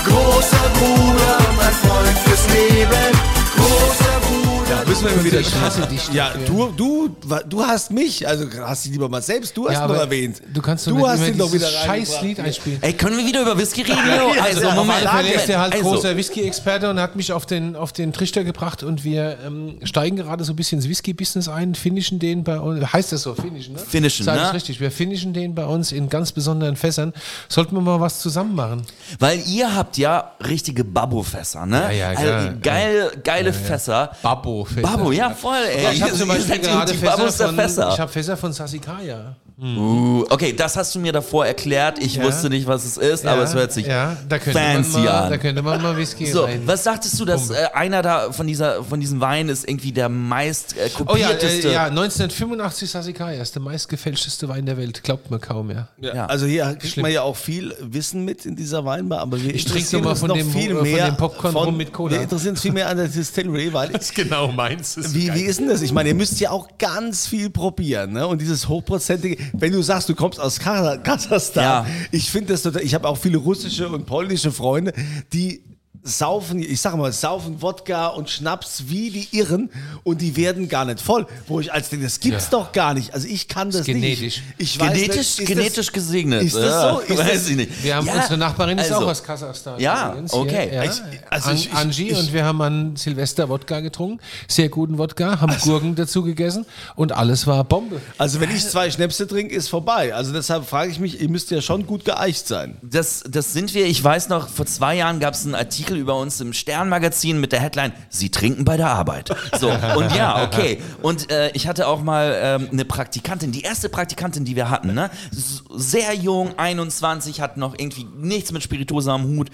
Speaker 5: Großer Bruder, mein Freund fürs Leben. Großer Bruder.
Speaker 2: Da müssen wir immer wieder
Speaker 3: Ich hasse dich
Speaker 2: Ja,
Speaker 3: dafür.
Speaker 2: du, du, wa- du hast mich, also hast dich lieber mal selbst, du hast
Speaker 3: Ja,
Speaker 2: nur
Speaker 3: aber
Speaker 2: erwähnt.
Speaker 3: Du kannst doch
Speaker 2: du
Speaker 3: nicht
Speaker 2: hast
Speaker 3: immer
Speaker 2: ihn doch wieder
Speaker 3: dieses scheiß Lied
Speaker 2: reingebracht.
Speaker 3: einspielen.
Speaker 4: Ey, können wir wieder über Whisky reden? Leo? also,
Speaker 3: Auf
Speaker 4: Moment,
Speaker 3: alle Fälle
Speaker 4: Moment.
Speaker 3: ist der halt
Speaker 4: also,
Speaker 3: großer Whisky-Experte und hat mich auf den, auf den Trichter gebracht und wir ähm, steigen gerade so ein bisschen ins Whisky-Business ein, finishen den bei uns, heißt das so, finishen, ne?
Speaker 4: Finishen,
Speaker 3: Sag ich
Speaker 4: ne?
Speaker 3: richtig, wir finishen den bei uns in ganz besonderen Fässern. Sollten wir mal was zusammen machen?
Speaker 4: weil ihr habt ja richtige Babbo-Fässer, ne?
Speaker 3: Ja, ja,
Speaker 4: also,
Speaker 3: klar.
Speaker 4: geil, geile Fässer.
Speaker 3: Babbo.
Speaker 4: Babbo, ja, voll, ey.
Speaker 3: Ja, ich habe
Speaker 4: Ihr-
Speaker 3: zum
Speaker 4: ihr
Speaker 3: Beispiel
Speaker 4: seid die-
Speaker 3: gerade
Speaker 4: die Babbos
Speaker 3: Fässer
Speaker 4: der
Speaker 3: von,
Speaker 4: Fässer.
Speaker 3: Ich habe Fässer von Sasikaya.
Speaker 4: Uh, okay, das hast du mir davor erklärt. Ich
Speaker 3: Ja.
Speaker 4: wusste nicht, was es ist, aber es hört sich
Speaker 3: ja, da könnte
Speaker 4: fancy
Speaker 3: man mal,
Speaker 4: an.
Speaker 3: Da könnte man mal Whisky
Speaker 4: So,
Speaker 3: rein.
Speaker 4: was sagtest du, dass äh, einer da von dieser von diesem Wein ist irgendwie der meist äh,
Speaker 3: Oh ja, äh,
Speaker 4: kopierteste?
Speaker 3: ja, 1985 Sasikaya ist der meistgefälschteste Wein der Welt. Glaubt man kaum, ja.
Speaker 4: Ja.
Speaker 2: Also hier kriegt man ja auch viel Wissen mit in dieser Weinbar, aber wir ich
Speaker 3: trink nur mal von dem- äh,
Speaker 2: viel
Speaker 3: von
Speaker 2: mehr
Speaker 3: dem Popcorn rum mit Cola.
Speaker 2: Wir interessieren uns viel mehr an der Distillery, weil
Speaker 3: Genau meins.
Speaker 2: wie, wie ist denn das? Ich meine, ihr müsst ja auch ganz viel probieren, ne? Und dieses hochprozentige, wenn du sagst, du kommst aus Kasa- Kasachstan,
Speaker 4: Ja.
Speaker 2: ich finde das total, ich habe auch viele russische und polnische Freunde, die saufen, ich sage mal, saufen Wodka und Schnaps wie die Irren und die werden gar nicht voll. Wo ich als denke, das gibt's
Speaker 3: Ja.
Speaker 2: doch gar nicht. Also ich kann das
Speaker 3: genetisch.
Speaker 2: nicht. Ich, ich weiß
Speaker 4: Genetisch,
Speaker 2: nicht, ist
Speaker 4: genetisch gesegnet.
Speaker 2: ist das
Speaker 4: Ja,
Speaker 2: so? Ist
Speaker 4: weiß
Speaker 2: das-
Speaker 4: ich nicht.
Speaker 3: Wir haben
Speaker 4: Ja,
Speaker 3: unsere Nachbarin ist
Speaker 4: also,
Speaker 3: auch aus Kasachstan.
Speaker 4: Ja,
Speaker 3: übrigens,
Speaker 4: okay.
Speaker 3: Hier, ja.
Speaker 2: Ich- also
Speaker 3: An,
Speaker 2: ich- ich-
Speaker 3: Angie
Speaker 2: ich-
Speaker 3: und wir haben an Silvester Wodka getrunken, sehr guten Wodka, haben
Speaker 2: Also
Speaker 3: Gurken dazu gegessen und alles war Bombe.
Speaker 2: Das, also wenn ich zwei Schnäpse trinke, ist vorbei. Also deshalb frage ich mich, ihr müsst ja schon gut geeicht sein.
Speaker 4: Das, das sind wir, ich weiß noch, vor zwei Jahren gab es einen Artikel über uns im Sternmagazin mit der Headline, Sie trinken bei der Arbeit. So, und ja, okay. Und äh, ich hatte auch mal ähm, eine Praktikantin, die erste Praktikantin, die wir hatten, ne? S- sehr jung, 21, hat noch irgendwie nichts mit Spirituosa am Hut.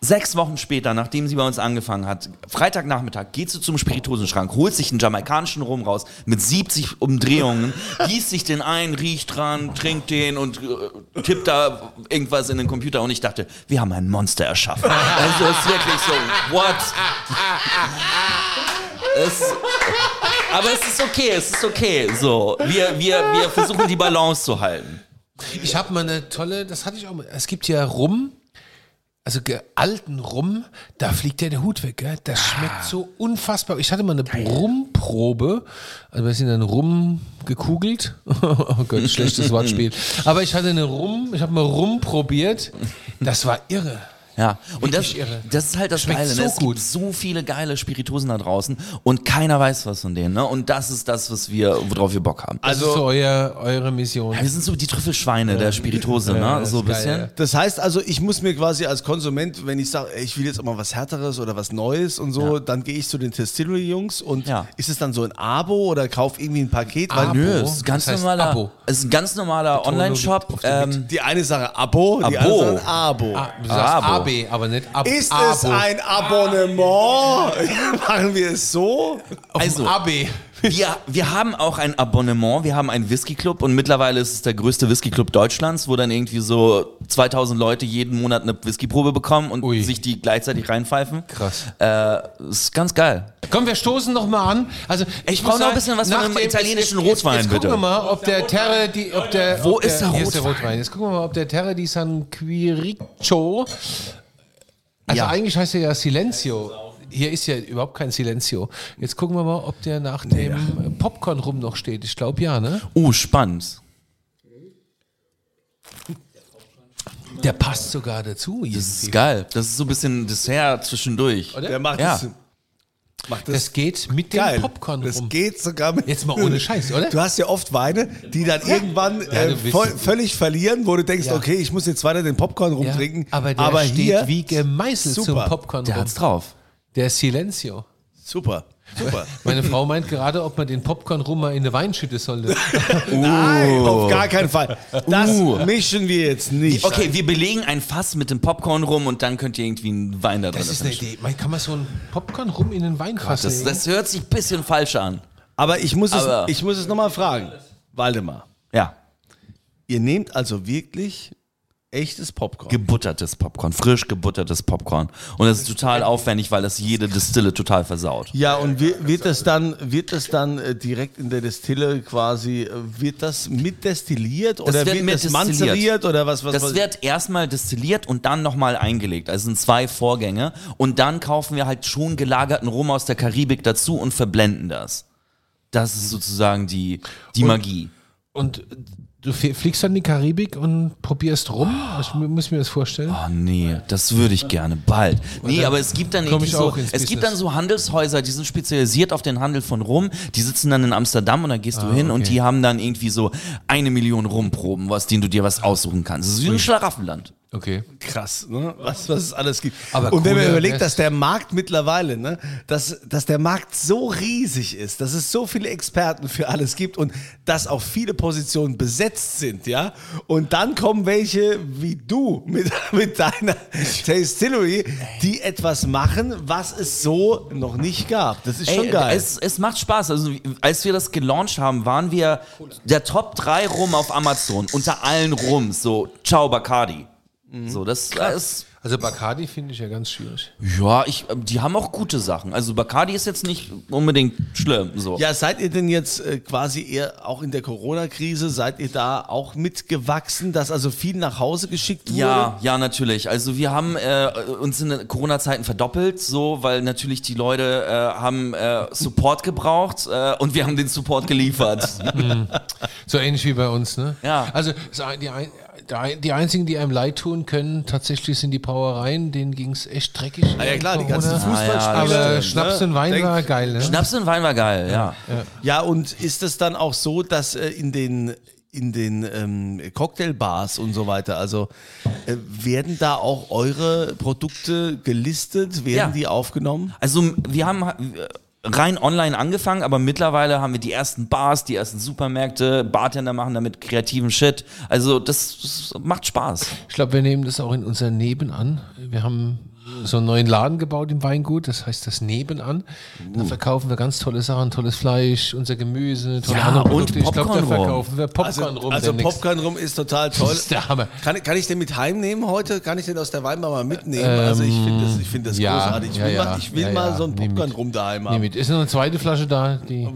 Speaker 4: Sechs Wochen später, nachdem sie bei uns angefangen hat, Freitagnachmittag, geht sie zum Spirituosenschrank, holt sich einen jamaikanischen Rum raus mit 70 Umdrehungen, gießt sich den ein, riecht dran, trinkt den und äh, tippt da irgendwas in den Computer. Und ich dachte, wir haben ein Monster erschaffen. Also es ist wirklich so, what? Es, aber es ist okay, es ist okay. So, wir, wir, wir versuchen die Balance zu halten.
Speaker 3: Ich habe mal eine tolle, das hatte ich auch mal. Es gibt ja Rum, also ge- alten Rum, da fliegt ja der Hut weg, gell? Das
Speaker 2: Ah.
Speaker 3: schmeckt so unfassbar. Ich hatte mal eine Rumprobe, also wir sind dann Rum gekugelt. Oh Gott, schlechtes Wortspiel. Aber ich hatte eine Rum, ich habe mal Rum probiert. Das war irre.
Speaker 4: Ja, und das,
Speaker 3: Wirklich irre.
Speaker 4: das ist halt das
Speaker 3: Schmeckt
Speaker 4: Geile. Ne?
Speaker 3: so
Speaker 4: es
Speaker 3: gut.
Speaker 4: gibt so viele geile Spirituosen da draußen und keiner weiß was von denen. Ne? Und das ist das, was wir, worauf wir Bock haben.
Speaker 3: Also, das ist so euer, eure Mission.
Speaker 4: Ja, wir sind so die Trüffelschweine der Spirituose,
Speaker 3: Ja,
Speaker 4: ne?
Speaker 3: das
Speaker 4: So ein
Speaker 3: ist geil,
Speaker 4: bisschen.
Speaker 3: ja.
Speaker 2: Das heißt also, ich muss mir quasi als Konsument, wenn ich sage, ich will jetzt auch mal was Härteres oder was Neues und so, dann gehe ich zu den Testillery-Jungs und
Speaker 4: Ja.
Speaker 2: ist es dann so ein Abo oder kauf irgendwie ein Paket? Weil
Speaker 3: Abo.
Speaker 4: Ah, Nö, es ist ein ganz
Speaker 3: Das heißt
Speaker 4: normaler,
Speaker 3: Abo.
Speaker 4: es ist ein ganz normaler
Speaker 3: Betonung
Speaker 4: Online-Shop.
Speaker 3: auf dem
Speaker 4: Ähm,
Speaker 2: die eine Sache Abo, die
Speaker 4: Abo.
Speaker 2: andere ein Abo.
Speaker 3: Ah, du sagst AB,
Speaker 4: Abo.
Speaker 3: aber nicht Ab
Speaker 2: ist
Speaker 3: Abo.
Speaker 2: es ein Abonnement? Machen wir es so?
Speaker 4: also,
Speaker 3: AB.
Speaker 4: wir, wir haben auch ein Abonnement, wir haben einen Whisky-Club und mittlerweile ist es der größte Whisky-Club Deutschlands, wo dann irgendwie so 2000 Leute jeden Monat eine Whisky-Probe bekommen und
Speaker 3: Ui.
Speaker 4: sich die gleichzeitig reinpfeifen.
Speaker 3: Krass.
Speaker 4: Äh, ist ganz geil.
Speaker 3: Komm, wir stoßen noch mal an. Also ich,
Speaker 4: brauch
Speaker 3: muss
Speaker 4: noch ein
Speaker 3: sagen,
Speaker 4: bisschen was von
Speaker 3: nach
Speaker 4: einem
Speaker 3: dem-
Speaker 4: italienischen
Speaker 3: jetzt- jetzt,
Speaker 4: Rotwein,
Speaker 3: jetzt gucken
Speaker 4: bitte.
Speaker 3: wir mal, ob der Terre, die, ob der,
Speaker 4: Wo
Speaker 3: ob der,
Speaker 4: ist der
Speaker 3: hier Ist der
Speaker 4: Rotwein?
Speaker 3: Rotwein? Jetzt gucken wir mal, ob der Terre di San Quirico. Also
Speaker 4: Ja.
Speaker 3: eigentlich heißt er ja Silenzio. Hier ist ja überhaupt kein Silenzio. Jetzt gucken wir mal, ob der nach dem Popcorn rum noch steht. Ich glaube ja, ne?
Speaker 4: Uh, spannend.
Speaker 3: Der passt sogar dazu.
Speaker 4: Das ist geil. Das ist so ein bisschen Dessert zwischendurch.
Speaker 3: Oder?
Speaker 2: Der macht
Speaker 4: Ja.
Speaker 2: es. Macht es
Speaker 3: Das geht mit dem
Speaker 2: geil.
Speaker 3: Popcorn
Speaker 2: das
Speaker 3: rum.
Speaker 2: geht sogar mit.
Speaker 3: Jetzt mal ohne Scheiß, oder?
Speaker 2: Du hast ja oft Weine, die dann irgendwann äh,
Speaker 3: du bist-
Speaker 2: voll, völlig verlieren, wo du denkst,
Speaker 3: Ja.
Speaker 2: okay, ich muss jetzt weiter den Popcorn
Speaker 3: Ja,
Speaker 2: rumtrinken.
Speaker 3: aber der steht
Speaker 2: hier,
Speaker 3: wie gemeißelt
Speaker 2: Super.
Speaker 3: zum Popcorn
Speaker 4: Der
Speaker 3: rum.
Speaker 4: hat's drauf.
Speaker 3: Der Silenzio.
Speaker 2: Super, super.
Speaker 3: Meine Frau meint gerade, ob man den Popcorn rum mal in eine Weinschütte sollte.
Speaker 2: Nein, auf gar keinen Fall. Das
Speaker 4: Uh.
Speaker 2: mischen wir jetzt nicht.
Speaker 4: Oh. Okay, wir belegen ein Fass mit dem Popcorn rum und dann könnt ihr irgendwie einen Wein da drin
Speaker 3: Das ist eine
Speaker 4: mischen.
Speaker 3: Idee. Man kann man so einen Popcorn rum in den Weinfass
Speaker 4: das,
Speaker 3: legen?
Speaker 4: das hört sich ein bisschen falsch an.
Speaker 2: Aber ich muss
Speaker 4: Aber-
Speaker 2: es, ich muss es nochmal fragen. Waldemar,
Speaker 4: Ja.
Speaker 2: ihr nehmt also wirklich echtes Popcorn.
Speaker 4: Gebuttertes Popcorn, frisch gebuttertes Popcorn. Und das ist total aufwendig, weil das jede Distille total versaut.
Speaker 2: ja, und wir, wird das dann, wird das dann äh, direkt in der Destille quasi, äh, wird das mitdestilliert oder
Speaker 4: wird
Speaker 2: wird,
Speaker 4: mit
Speaker 2: das
Speaker 4: destilliert.
Speaker 2: manzeriert oder was? was
Speaker 4: Das
Speaker 2: was-
Speaker 4: wird erstmal destilliert und dann nochmal eingelegt. Also sind zwei Vorgänge. Und dann kaufen wir halt schon gelagerten Rum aus der Karibik dazu und verblenden das. Das ist sozusagen die, die Magie.
Speaker 3: Und du flie- fliegst dann in die Karibik und probierst rum?
Speaker 2: Ah.
Speaker 3: Ich mu- muss mir das vorstellen.
Speaker 4: Oh nee, das würde ich gerne bald. Nee, aber es gibt dann
Speaker 3: komm
Speaker 4: irgendwie
Speaker 3: ich
Speaker 4: so,
Speaker 3: auch ins
Speaker 4: es gibt
Speaker 3: Business.
Speaker 4: dann so Handelshäuser, die sind spezialisiert auf den Handel von Rum. Die sitzen dann in Amsterdam und da gehst
Speaker 3: Ah,
Speaker 4: du hin und die haben dann irgendwie so eine Million Rumproben, aus denen du dir was aussuchen kannst. Das ist wie ein Schlaraffenland.
Speaker 3: Okay.
Speaker 2: krass, ne? was, was es alles gibt.
Speaker 3: Aber
Speaker 2: und wenn man
Speaker 3: cooler
Speaker 2: überlegt,
Speaker 3: Rest.
Speaker 2: dass der Markt mittlerweile, ne, dass, dass der Markt so riesig ist, dass es so viele Experten für alles gibt und dass auch viele Positionen besetzt sind, ja, und dann kommen welche wie du mit, mit deiner Tastillery, die etwas machen, was es so noch nicht gab. Das ist schon
Speaker 4: Ey,
Speaker 2: geil.
Speaker 4: Es, es macht Spaß. Also, als wir das gelauncht haben, waren wir der Top 3
Speaker 2: Mhm.
Speaker 4: Rum auf Amazon. Unter allen Rums. So, ciao Bacardi. So, das ist
Speaker 3: Also Bacardi finde ich ja ganz schwierig.
Speaker 4: Ja, ich, ähm, die haben auch gute Sachen. Also Bacardi ist jetzt nicht unbedingt schlimm. So.
Speaker 2: Ja, seid ihr denn jetzt äh, quasi eher auch in der Corona-Krise, seid ihr da auch mitgewachsen, dass also viel nach Hause geschickt wurde?
Speaker 4: Ja, ja, natürlich. Also wir haben äh, uns in den Corona-Zeiten verdoppelt, so, weil natürlich die Leute äh, haben äh, Support gebraucht äh, und wir haben den Support geliefert.
Speaker 3: So ähnlich wie bei uns, ne?
Speaker 4: Ja.
Speaker 3: Also es ein- die, ein- die ein- die einzigen, die einem leid tun können, tatsächlich sind die Brauereien, denen ging es echt dreckig.
Speaker 2: Ah, ja klar, die ganzen
Speaker 3: Corona.
Speaker 2: Fußballspieler.
Speaker 3: Aber
Speaker 2: ne?
Speaker 3: Schnaps und Wein
Speaker 2: Denk-
Speaker 3: war geil, ne?
Speaker 4: Schnaps und Wein war geil, ja.
Speaker 2: Ja, und ist es dann auch so, dass äh, in den in den ähm, Cocktailbars und so weiter, also äh, werden da auch eure Produkte gelistet, werden
Speaker 4: Ja.
Speaker 2: die aufgenommen?
Speaker 4: Also wir haben äh, rein online angefangen, aber mittlerweile haben wir die ersten Bars, die ersten Supermärkte, Bartender machen damit kreativen Shit. Also das, das macht Spaß.
Speaker 3: Ich glaube, wir nehmen das auch in unser Nebenan. Wir haben so einen neuen Laden gebaut im Weingut, das heißt das Nebenan.
Speaker 2: Uh.
Speaker 3: Da verkaufen wir ganz tolle Sachen, tolles Fleisch, unser Gemüse, tolle
Speaker 4: Ja,
Speaker 3: andere
Speaker 4: und
Speaker 3: Produkte. Ich glaube, da
Speaker 4: Popcorn rum.
Speaker 3: verkaufen wir Popcorn
Speaker 2: Also,
Speaker 3: rum.
Speaker 2: also
Speaker 3: demnächst.
Speaker 2: Popcorn rum ist total toll.
Speaker 3: Das ist der Hammer.
Speaker 2: Kann, kann ich den mit heimnehmen heute? Kann ich den aus der Weinbar mal mitnehmen? also ich finde das, ich find das
Speaker 3: Ähm, ja,
Speaker 2: großartig. Ich
Speaker 3: ja,
Speaker 2: will,
Speaker 3: ja,
Speaker 2: mal, ich will
Speaker 3: ja,
Speaker 2: mal
Speaker 3: ja.
Speaker 2: so einen
Speaker 3: Nehm mit.
Speaker 2: Popcorn rum daheim
Speaker 3: Nee,
Speaker 2: haben.
Speaker 3: mit. Ist noch eine zweite Flasche da? Die,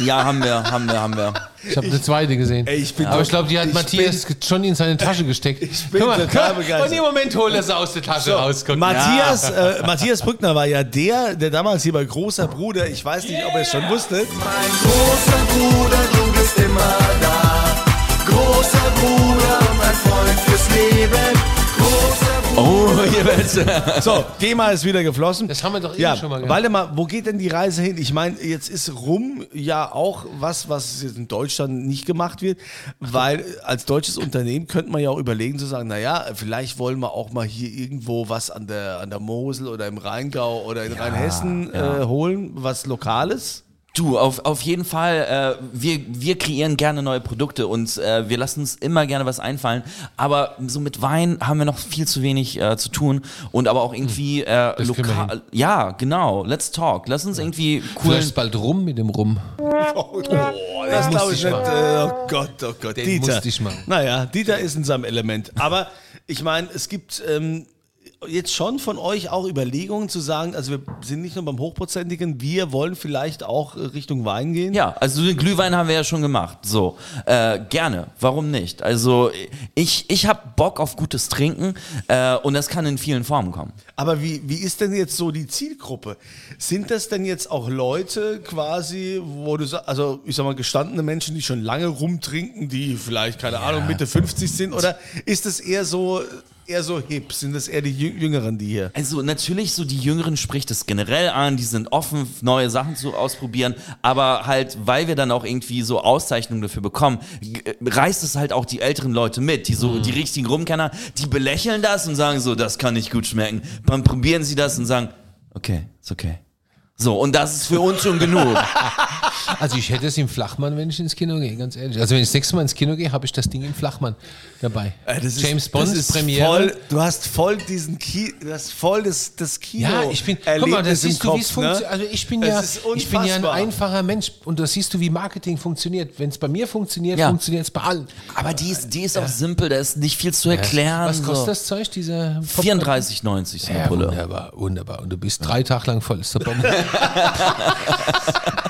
Speaker 4: Ja, haben wir, haben wir, haben wir.
Speaker 3: ich habe eine zweite gesehen.
Speaker 2: Ey, ich bin
Speaker 3: Aber
Speaker 2: doch-
Speaker 3: ich glaube, die hat
Speaker 2: ich
Speaker 3: Matthias schon in seine Tasche gesteckt. Ich
Speaker 2: bin total begeistert.
Speaker 3: Und im Moment holt er sie aus der Tasche raus. Guck.
Speaker 2: Matthias, äh, Matthias Brückner war ja der, der damals hier bei großer Bruder, ich weiß nicht, ob ihr es schon wusstet.
Speaker 5: Mein großer Bruder, du bist immer da. Großer Bruder, mein Freund fürs Leben. Großer Bruder.
Speaker 4: Oh, hier wird's.
Speaker 2: So, Thema ist wieder geflossen.
Speaker 3: Das haben wir doch eben
Speaker 2: ja,
Speaker 3: schon mal
Speaker 2: Warte mal, wo geht denn die Reise hin? Ich meine, jetzt ist Rum ja auch was, was jetzt in Deutschland nicht gemacht wird, weil als deutsches Unternehmen könnte man ja auch überlegen zu sagen, naja, vielleicht wollen wir auch mal hier irgendwo was an der, an der Mosel oder im Rheingau oder in Rheinhessen äh, holen, was Lokales.
Speaker 4: Du, auf, auf jeden Fall, äh, wir, wir kreieren gerne neue Produkte und äh, wir lassen uns immer gerne was einfallen. Aber so mit Wein haben wir noch viel zu wenig äh, zu tun und aber auch irgendwie äh,
Speaker 3: Hm, Das kriegen wir
Speaker 4: lokal. Ja, genau. Let's talk. Lass uns irgendwie cool.
Speaker 3: Vielleicht bald rum mit dem Rum.
Speaker 2: Das glaube ich
Speaker 3: ich
Speaker 2: nicht. Äh, oh Gott, oh Gott.
Speaker 3: Den
Speaker 2: Dieter.
Speaker 3: musste ich machen.
Speaker 2: Naja, Dieter ist in seinem Element. Aber ich meine, es gibt ähm, jetzt schon von euch auch Überlegungen zu sagen, also wir sind nicht nur beim Hochprozentigen, wir wollen vielleicht auch äh, Richtung Wein gehen.
Speaker 4: Ja, also den Glühwein haben wir ja schon gemacht. So, äh, gerne. Warum nicht? Also ich, ich habe Bock auf gutes Trinken äh, und das kann in vielen Formen kommen.
Speaker 2: Aber wie, wie ist denn jetzt so die Zielgruppe? Sind das denn jetzt auch Leute quasi, wo du sa- also ich sag mal, gestandene Menschen, die schon lange rumtrinken, die vielleicht, keine Ahnung, Mitte 50 sind? Oder ist es eher so, eher so hip? Sind das eher die Jü- Jüngeren, die hier?
Speaker 4: Also natürlich so die Jüngeren spricht es generell an, die sind offen, neue Sachen zu ausprobieren, aber halt, weil wir dann auch irgendwie so Auszeichnungen dafür bekommen, g- äh, reißt es halt auch die älteren Leute mit, die so, die richtigen Rumkenner, die belächeln das und sagen so, das kann nicht gut schmecken. Dann probieren sie das und sagen, okay, ist okay. So, und das ist für uns schon genug.
Speaker 3: Also ich hätte es im Flachmann, wenn ich ins Kino gehe, ganz ehrlich. Also wenn ich das nächste Mal ins Kino gehe, habe ich das Ding im Flachmann dabei.
Speaker 2: Äh, das ist-
Speaker 3: James Bond
Speaker 2: das
Speaker 3: ist Premiere.
Speaker 2: Voll, du hast voll diesen Ki du hast voll das, das Kino.
Speaker 3: ja, ich bin. Guck mal,
Speaker 2: Erlebnis
Speaker 3: das
Speaker 2: im
Speaker 3: siehst du, wie
Speaker 2: Kopf,
Speaker 3: es
Speaker 2: ne?
Speaker 3: funktioniert. Also ich bin
Speaker 2: Es
Speaker 3: ja,
Speaker 2: ist
Speaker 3: ich bin ja ein
Speaker 2: unfassbar.
Speaker 3: einfacher Mensch und das siehst du, wie Marketing funktioniert. Wenn es bei mir funktioniert,
Speaker 4: Ja.
Speaker 3: funktioniert es bei allen.
Speaker 4: Aber die ist, die ist auch simpel, da ist nicht viel zu erklären.
Speaker 3: Was kostet
Speaker 4: so.
Speaker 3: das Zeug, dieser Popcorn?
Speaker 4: 34,90 so eine
Speaker 3: Ja,
Speaker 4: Pulle.
Speaker 3: wunderbar, wunderbar. Und du bist drei Tage lang voll. Ist der Bombe.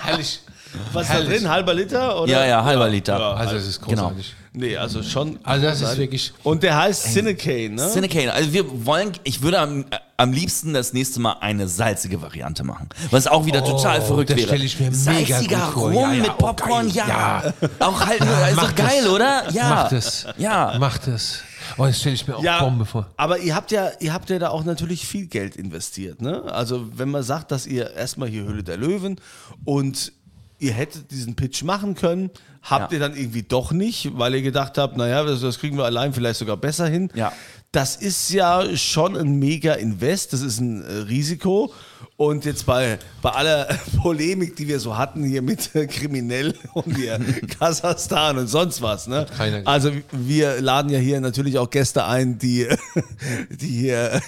Speaker 3: Herrlich.
Speaker 2: Was ist da
Speaker 3: Herrlich.
Speaker 2: drin? Halber Liter? Oder?
Speaker 4: Ja, ja, halber Liter.
Speaker 3: Also es ist
Speaker 4: Genau.
Speaker 3: großartig.
Speaker 2: Nee, also schon.
Speaker 3: Also das ist wirklich.
Speaker 2: Und der heißt Cinecane, ne?
Speaker 4: Cinecane. Also wir wollen, ich würde am, äh, am liebsten das nächste Mal eine salzige Variante machen, was auch wieder total verrückt
Speaker 3: das
Speaker 4: wäre.
Speaker 3: stell Oh, ich mir mega
Speaker 4: Salziger
Speaker 3: gut vor.
Speaker 4: Rum
Speaker 3: Ja, ja,
Speaker 4: mit
Speaker 3: oh,
Speaker 4: Popcorn,
Speaker 3: geil.
Speaker 4: ja.
Speaker 3: Ja.
Speaker 4: Auch halt, ist
Speaker 3: mach
Speaker 4: doch geil,
Speaker 3: das.
Speaker 4: oder? Ja.
Speaker 3: Macht es.
Speaker 4: Ja.
Speaker 3: Macht es. Oh, das stelle ich mir auch
Speaker 2: Ja,
Speaker 3: Bombe vor.
Speaker 2: aber ihr habt ja, ihr habt ja da auch natürlich viel Geld investiert, ne? Also wenn man sagt, dass ihr erstmal hier Höhle der Löwen und ihr hättet diesen Pitch machen können, habt
Speaker 4: Ja.
Speaker 2: ihr dann irgendwie doch nicht, weil ihr gedacht habt, naja, das, das kriegen wir allein vielleicht sogar besser hin.
Speaker 4: Ja.
Speaker 2: Das ist ja schon ein mega Invest, das ist ein äh, Risiko. Und jetzt bei, bei aller Polemik, die wir so hatten hier mit äh, Kriminell und hier Kasachstan und sonst was, ne?
Speaker 3: keiner gesehen.
Speaker 2: Also wir laden ja hier natürlich auch Gäste ein, die, die hier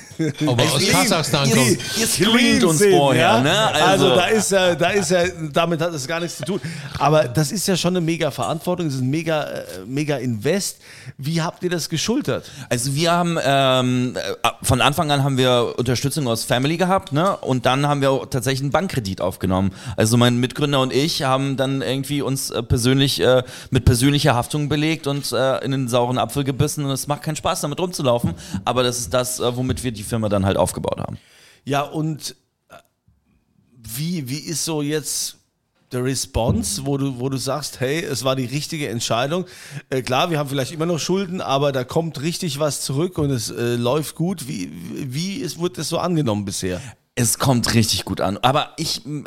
Speaker 3: Aber aus
Speaker 2: Clean-
Speaker 3: Kasachstan
Speaker 2: die
Speaker 3: kommt.
Speaker 4: Ihr screent uns
Speaker 2: sind,
Speaker 4: vorher, ne?
Speaker 2: Also,
Speaker 4: Also-
Speaker 2: da ist ja, da ist ja, damit hat es gar nichts zu tun. Aber das ist ja schon eine mega Verantwortung, das ist ein mega, äh, mega Invest. Wie habt ihr das geschultert?
Speaker 4: Also wir haben haben ähm, äh, von Anfang an haben wir Unterstützung aus Family gehabt, ne? Und dann haben wir auch tatsächlich einen Bankkredit aufgenommen. Also mein Mitgründer und ich haben dann irgendwie uns äh, persönlich äh, mit persönlicher Haftung belegt und äh, in den sauren Apfel gebissen. Und es macht keinen Spaß, damit rumzulaufen. Aber das ist das, äh, womit wir die Firma dann halt aufgebaut haben.
Speaker 2: Ja, und äh, wie, wie ist so jetzt der Response, wo du, wo du sagst, hey, es war die richtige Entscheidung. Äh, klar, wir haben vielleicht immer noch Schulden, aber da kommt richtig was zurück und es äh, läuft gut. Wie, wie ist, wird das so angenommen bisher?
Speaker 4: Es kommt richtig gut an. Aber ich m,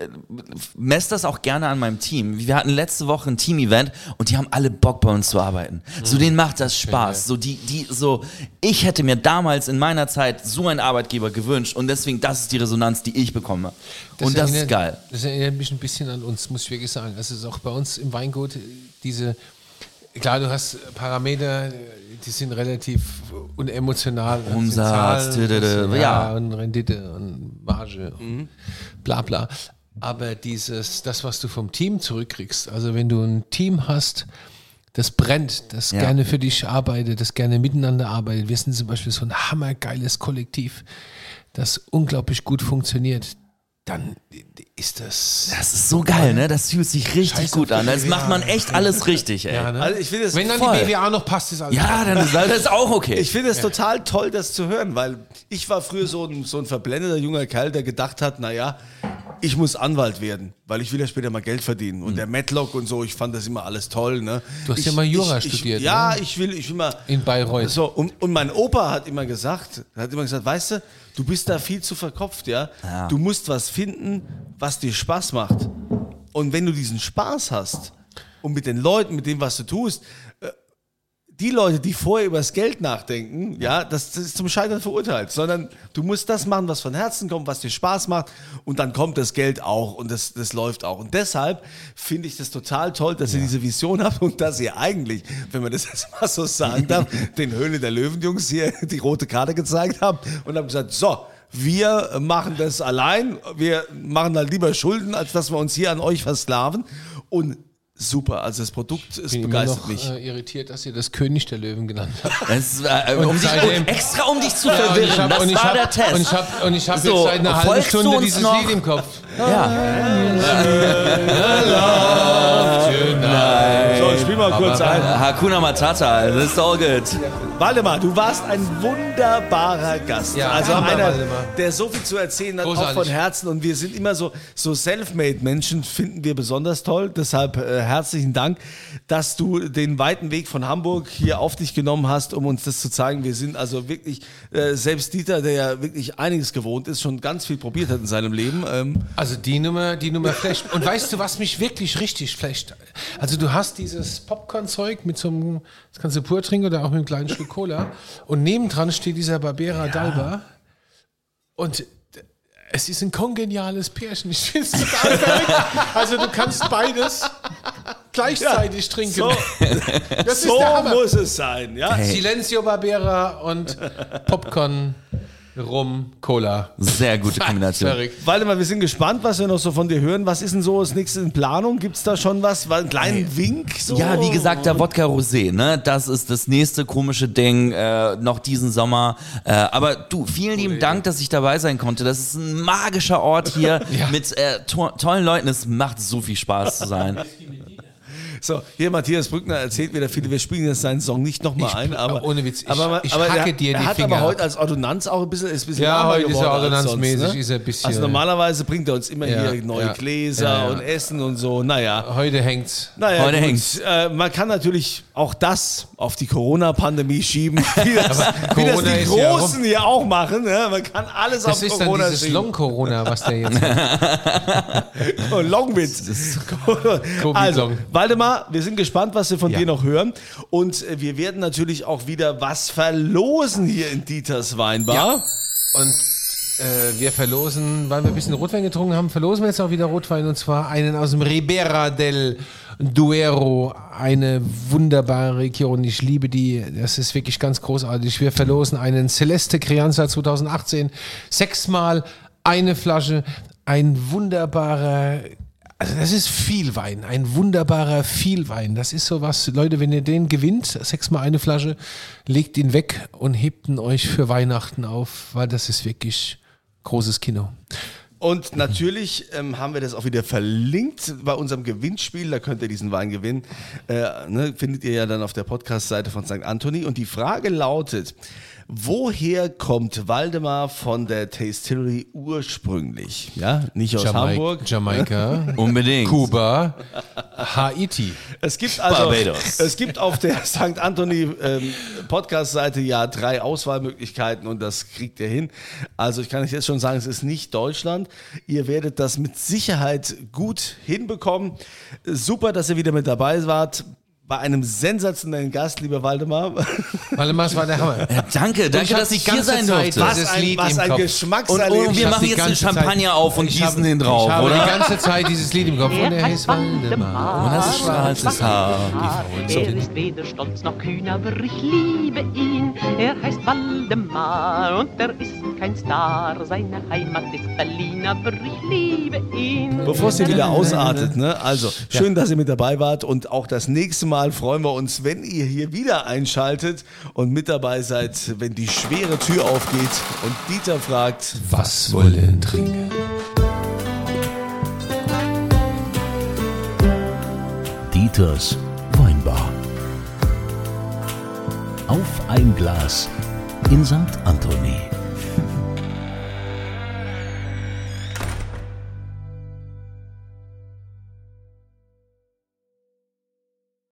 Speaker 4: messe das auch gerne an meinem Team. Wir hatten letzte Woche ein Team-Event und die haben alle Bock bei uns zu arbeiten. So,
Speaker 3: Mhm.
Speaker 4: denen macht das Spaß. So, die, die, so, ich hätte mir damals in meiner Zeit so einen Arbeitgeber gewünscht und deswegen, das ist die Resonanz, die ich bekomme. und das ist
Speaker 3: erinnert-
Speaker 4: geil.
Speaker 3: Das erinnert mich ein bisschen an uns, muss ich wirklich sagen. Also es ist auch bei uns im Weingut äh, diese, klar, du hast Parameter, äh, die sind relativ unemotional. Das sind
Speaker 4: Umsatz,
Speaker 3: Zahlen,
Speaker 4: tüdüdü,
Speaker 3: das-
Speaker 4: ja. Mhm.
Speaker 3: ja, und Rendite und Marge und bla bla. Aber dieses, das, was du vom Team zurückkriegst, also wenn du ein Team hast, das brennt, das
Speaker 4: Ja.
Speaker 3: gerne für dich arbeitet, das gerne miteinander arbeitet. Wir sind zum Beispiel so ein hammergeiles Kollektiv, das unglaublich gut funktioniert. Dann ist das.
Speaker 4: Das ist so geil, ne? Das fühlt sich richtig
Speaker 3: Scheiß
Speaker 4: gut
Speaker 3: auf die
Speaker 4: an. Das
Speaker 3: BWA.
Speaker 4: macht man echt alles richtig, ey. Ja,
Speaker 3: ne?
Speaker 2: Also ich finde es
Speaker 3: Wenn dann
Speaker 4: voll.
Speaker 3: die BWA noch passt, ist alles.
Speaker 4: dann ist das ist auch okay.
Speaker 2: Ich finde es total toll, das zu hören, weil ich war früher so ein, so ein verblendeter junger Kerl, der gedacht hat, naja, ich muss Anwalt werden, weil ich will ja später mal Geld verdienen. Und der Matlock und so, ich fand das immer alles toll. Ne?
Speaker 3: Hm. Du hast
Speaker 2: ich,
Speaker 3: ja mal Jura
Speaker 2: ich,
Speaker 3: studiert,
Speaker 2: Ich, ja,
Speaker 3: ne?
Speaker 2: ich will, ich will mal...
Speaker 3: In Bayreuth.
Speaker 2: So, und, und mein Opa hat immer gesagt, hat immer gesagt, weißt du, du bist da viel zu verkopft, ja.
Speaker 4: Ja.
Speaker 2: Du musst was finden, was dir Spaß macht. Und wenn du diesen Spaß hast und mit den Leuten, mit dem, was du tust, die Leute, die vorher über das Geld nachdenken, ja, das, das ist zum Scheitern verurteilt, sondern du musst das machen, was von Herzen kommt, was dir Spaß macht und dann kommt das Geld auch und das, das läuft auch. Und deshalb finde ich das total toll, dass ihr diese Vision habt und dass ihr eigentlich, wenn man das jetzt mal so sagen darf, den Höhle der Löwen-Jungs hier die rote Karte gezeigt habt und haben gesagt, so, wir machen das allein, wir machen halt lieber Schulden, als dass wir uns hier an euch versklaven und Super, also das Produkt, es
Speaker 3: Ich bin immer
Speaker 2: begeistert
Speaker 3: noch
Speaker 2: mich.
Speaker 3: äh, irritiert, dass ihr das König der Löwen genannt habt.
Speaker 4: Das ist, äh, um
Speaker 3: Und
Speaker 4: dich,
Speaker 3: seitdem-
Speaker 4: extra um dich zu
Speaker 3: Ja,
Speaker 4: verwirren.
Speaker 3: hab-
Speaker 4: das
Speaker 3: ich
Speaker 4: war
Speaker 3: hab-
Speaker 4: der Test.
Speaker 3: Und ich habe und ich hab
Speaker 4: So,
Speaker 3: jetzt seit einer halben
Speaker 4: folgst du
Speaker 3: Stunde
Speaker 4: uns
Speaker 3: dieses
Speaker 4: noch?
Speaker 3: Lied im Kopf.
Speaker 4: ja.
Speaker 3: Äh,
Speaker 2: So, Äh, spiel mal kurz ein.
Speaker 4: Hakuna Matata, that's all good.
Speaker 2: Waldemar, du warst ein wunderbarer Gast.
Speaker 3: Ja,
Speaker 2: also
Speaker 3: Hammer,
Speaker 2: einer,
Speaker 3: Waldemar.
Speaker 2: der so viel zu erzählen hat,
Speaker 3: Großartig.
Speaker 2: auch von Herzen. Und wir sind immer so, so Selfmade-Menschen finden wir besonders toll. Deshalb äh, herzlichen Dank, dass du den weiten Weg von Hamburg hier auf dich genommen hast, um uns das zu zeigen. Wir sind also wirklich, äh, selbst Dieter, der ja wirklich einiges gewohnt ist, schon ganz viel probiert hat in seinem Leben. Ähm,
Speaker 3: Also die Nummer, die Nummer flasht. Und weißt du, was mich wirklich richtig flasht? Also du hast dieses Popcorn-Zeug mit so einem, das kannst du pur trinken oder auch mit einem kleinen Stück Cola. Und nebendran steht dieser Barbera Dalba. Und es ist ein kongeniales Pärchen. Ich finde es total verrückt. Also du kannst beides gleichzeitig trinken.
Speaker 2: so
Speaker 3: das
Speaker 2: so
Speaker 3: ist der Hammer.
Speaker 2: muss es sein. Ja?
Speaker 3: Silencio Barbera und Popcorn, Rum, Cola.
Speaker 4: Sehr gute Kombination.
Speaker 3: Verrückt.
Speaker 2: Waldemar, wir sind gespannt, was wir noch so von dir hören. Was ist denn so das nächste in Planung? Gibt es da schon was? Einen kleinen Wink? So?
Speaker 4: Ja, wie gesagt, der Wodka Rosé, ne? Das ist das nächste komische Ding, äh, noch diesen Sommer. Äh, aber du, vielen lieben Dank, dass ich dabei sein konnte. Das ist ein magischer Ort hier mit äh, to tollen Leuten. Es macht so viel Spaß zu sein.
Speaker 2: So, hier Matthias Brückner erzählt wieder viele, wir spielen jetzt seinen Song nicht nochmal
Speaker 3: Ich-
Speaker 2: ein, aber.
Speaker 3: ohne Witz, ich-
Speaker 2: aber,
Speaker 3: ich
Speaker 2: aber
Speaker 3: hacke
Speaker 2: der,
Speaker 3: dir
Speaker 2: der
Speaker 3: die
Speaker 2: hat
Speaker 3: Finger
Speaker 2: aber
Speaker 3: ab.
Speaker 2: heute als Ordonnanz auch ein bisschen, ist ein bisschen
Speaker 3: Ja,
Speaker 2: lahmer
Speaker 3: heute ist er
Speaker 2: geworden als
Speaker 3: ordonnanzmäßig,
Speaker 2: sonst,
Speaker 3: ist er ein bisschen-
Speaker 2: Also normalerweise bringt er uns immer
Speaker 3: Ja,
Speaker 2: hier neue
Speaker 3: ja,
Speaker 2: Gläser
Speaker 3: ja, ja.
Speaker 2: und Essen und so. Naja.
Speaker 3: Heute hängt's.
Speaker 2: Naja,
Speaker 4: Heute
Speaker 2: gut.
Speaker 4: hängt's.
Speaker 2: Äh, man kann natürlich auch das auf die Corona-Pandemie schieben, wie das, wie das
Speaker 3: Corona
Speaker 2: die
Speaker 3: ist ja rum.
Speaker 2: Großen hier auch machen. Ne? Man kann alles
Speaker 3: Das
Speaker 2: auf
Speaker 3: ist dann
Speaker 2: Corona
Speaker 3: dieses
Speaker 2: schieben.
Speaker 3: Long-Corona, was der jetzt hat.
Speaker 2: Oh, Longwitz. also,
Speaker 3: Long.
Speaker 2: Waldemar, wir sind gespannt, was wir von
Speaker 3: Ja.
Speaker 2: dir noch hören. Und äh, wir werden natürlich auch wieder was verlosen hier in Dieters Weinbar.
Speaker 3: Und äh, wir verlosen, weil wir ein bisschen Rotwein getrunken haben, verlosen wir jetzt auch wieder Rotwein und zwar einen aus dem Ribera del Duero. Eine wunderbare Region. Ich liebe die. Das ist wirklich ganz großartig. Wir verlosen einen Celeste Crianza 2018. Sechsmal eine Flasche. Ein wunderbarer Also das ist viel Wein, ein wunderbarer viel Wein. Das ist sowas, Leute, wenn ihr den gewinnt, sechsmal eine Flasche, legt ihn weg und hebt ihn euch für Weihnachten auf, weil das ist wirklich großes Kino.
Speaker 2: Und natürlich ähm, haben wir das auch wieder verlinkt bei unserem Gewinnspiel. Da könnt ihr diesen Wein gewinnen. Äh, ne, findet ihr ja dann auf der Podcast-Seite von St. Anthony. Und die Frage lautet: Woher kommt Waldemar von der Tastillery ursprünglich? Ja, nicht aus
Speaker 3: Jamaik-
Speaker 2: Hamburg.
Speaker 3: Jamaika,
Speaker 4: Unbedingt.
Speaker 3: Kuba, Haiti.
Speaker 2: Es gibt also,
Speaker 4: Barbados.
Speaker 2: es gibt auf der St. Anthony ähm, Podcast-Seite ja drei Auswahlmöglichkeiten und das kriegt ihr hin. Also ich kann euch jetzt schon sagen, es ist nicht Deutschland. Ihr werdet das mit Sicherheit gut hinbekommen. Super, dass ihr wieder mit dabei wart. Bei einem sensationellen Gast, lieber Waldemar.
Speaker 3: Waldemar, es war der Hammer.
Speaker 4: Danke, danke,
Speaker 3: hab
Speaker 4: dass
Speaker 3: die
Speaker 4: ich hier
Speaker 3: ganze
Speaker 4: sein
Speaker 3: Zeit
Speaker 4: durfte.
Speaker 3: das
Speaker 2: Was ein,
Speaker 3: Lied
Speaker 2: was
Speaker 3: im
Speaker 2: ein
Speaker 3: Kopf.
Speaker 4: Und,
Speaker 2: Geschmackserlebnis.
Speaker 4: oh, wir
Speaker 3: hab
Speaker 4: machen
Speaker 3: die
Speaker 4: jetzt den
Speaker 3: ganze Zeit-
Speaker 4: Champagner auf und
Speaker 3: Ich
Speaker 4: gießen
Speaker 3: habe
Speaker 4: den drauf,
Speaker 3: ich habe
Speaker 4: oder?
Speaker 3: die ganze Zeit dieses Lied im Kopf und er heißt Waldemar.
Speaker 4: Und das ist schwarzes Haar.
Speaker 6: Er ist weder stolz noch kühn, aber ich liebe ihn. Er heißt Waldemar und er ist kein Star. Seine Heimat ist Berlin, aber ich liebe ihn.
Speaker 2: Bevor es hier wieder ausartet, ne? Also, schön, dass ihr mit dabei wart und auch das nächste Mal freuen wir uns, wenn ihr hier wieder einschaltet und mit dabei seid, wenn die schwere Tür aufgeht und Dieter fragt,
Speaker 3: Was wollen trinken?
Speaker 1: Dieters Weinbar. Auf ein Glas in St. Anthony.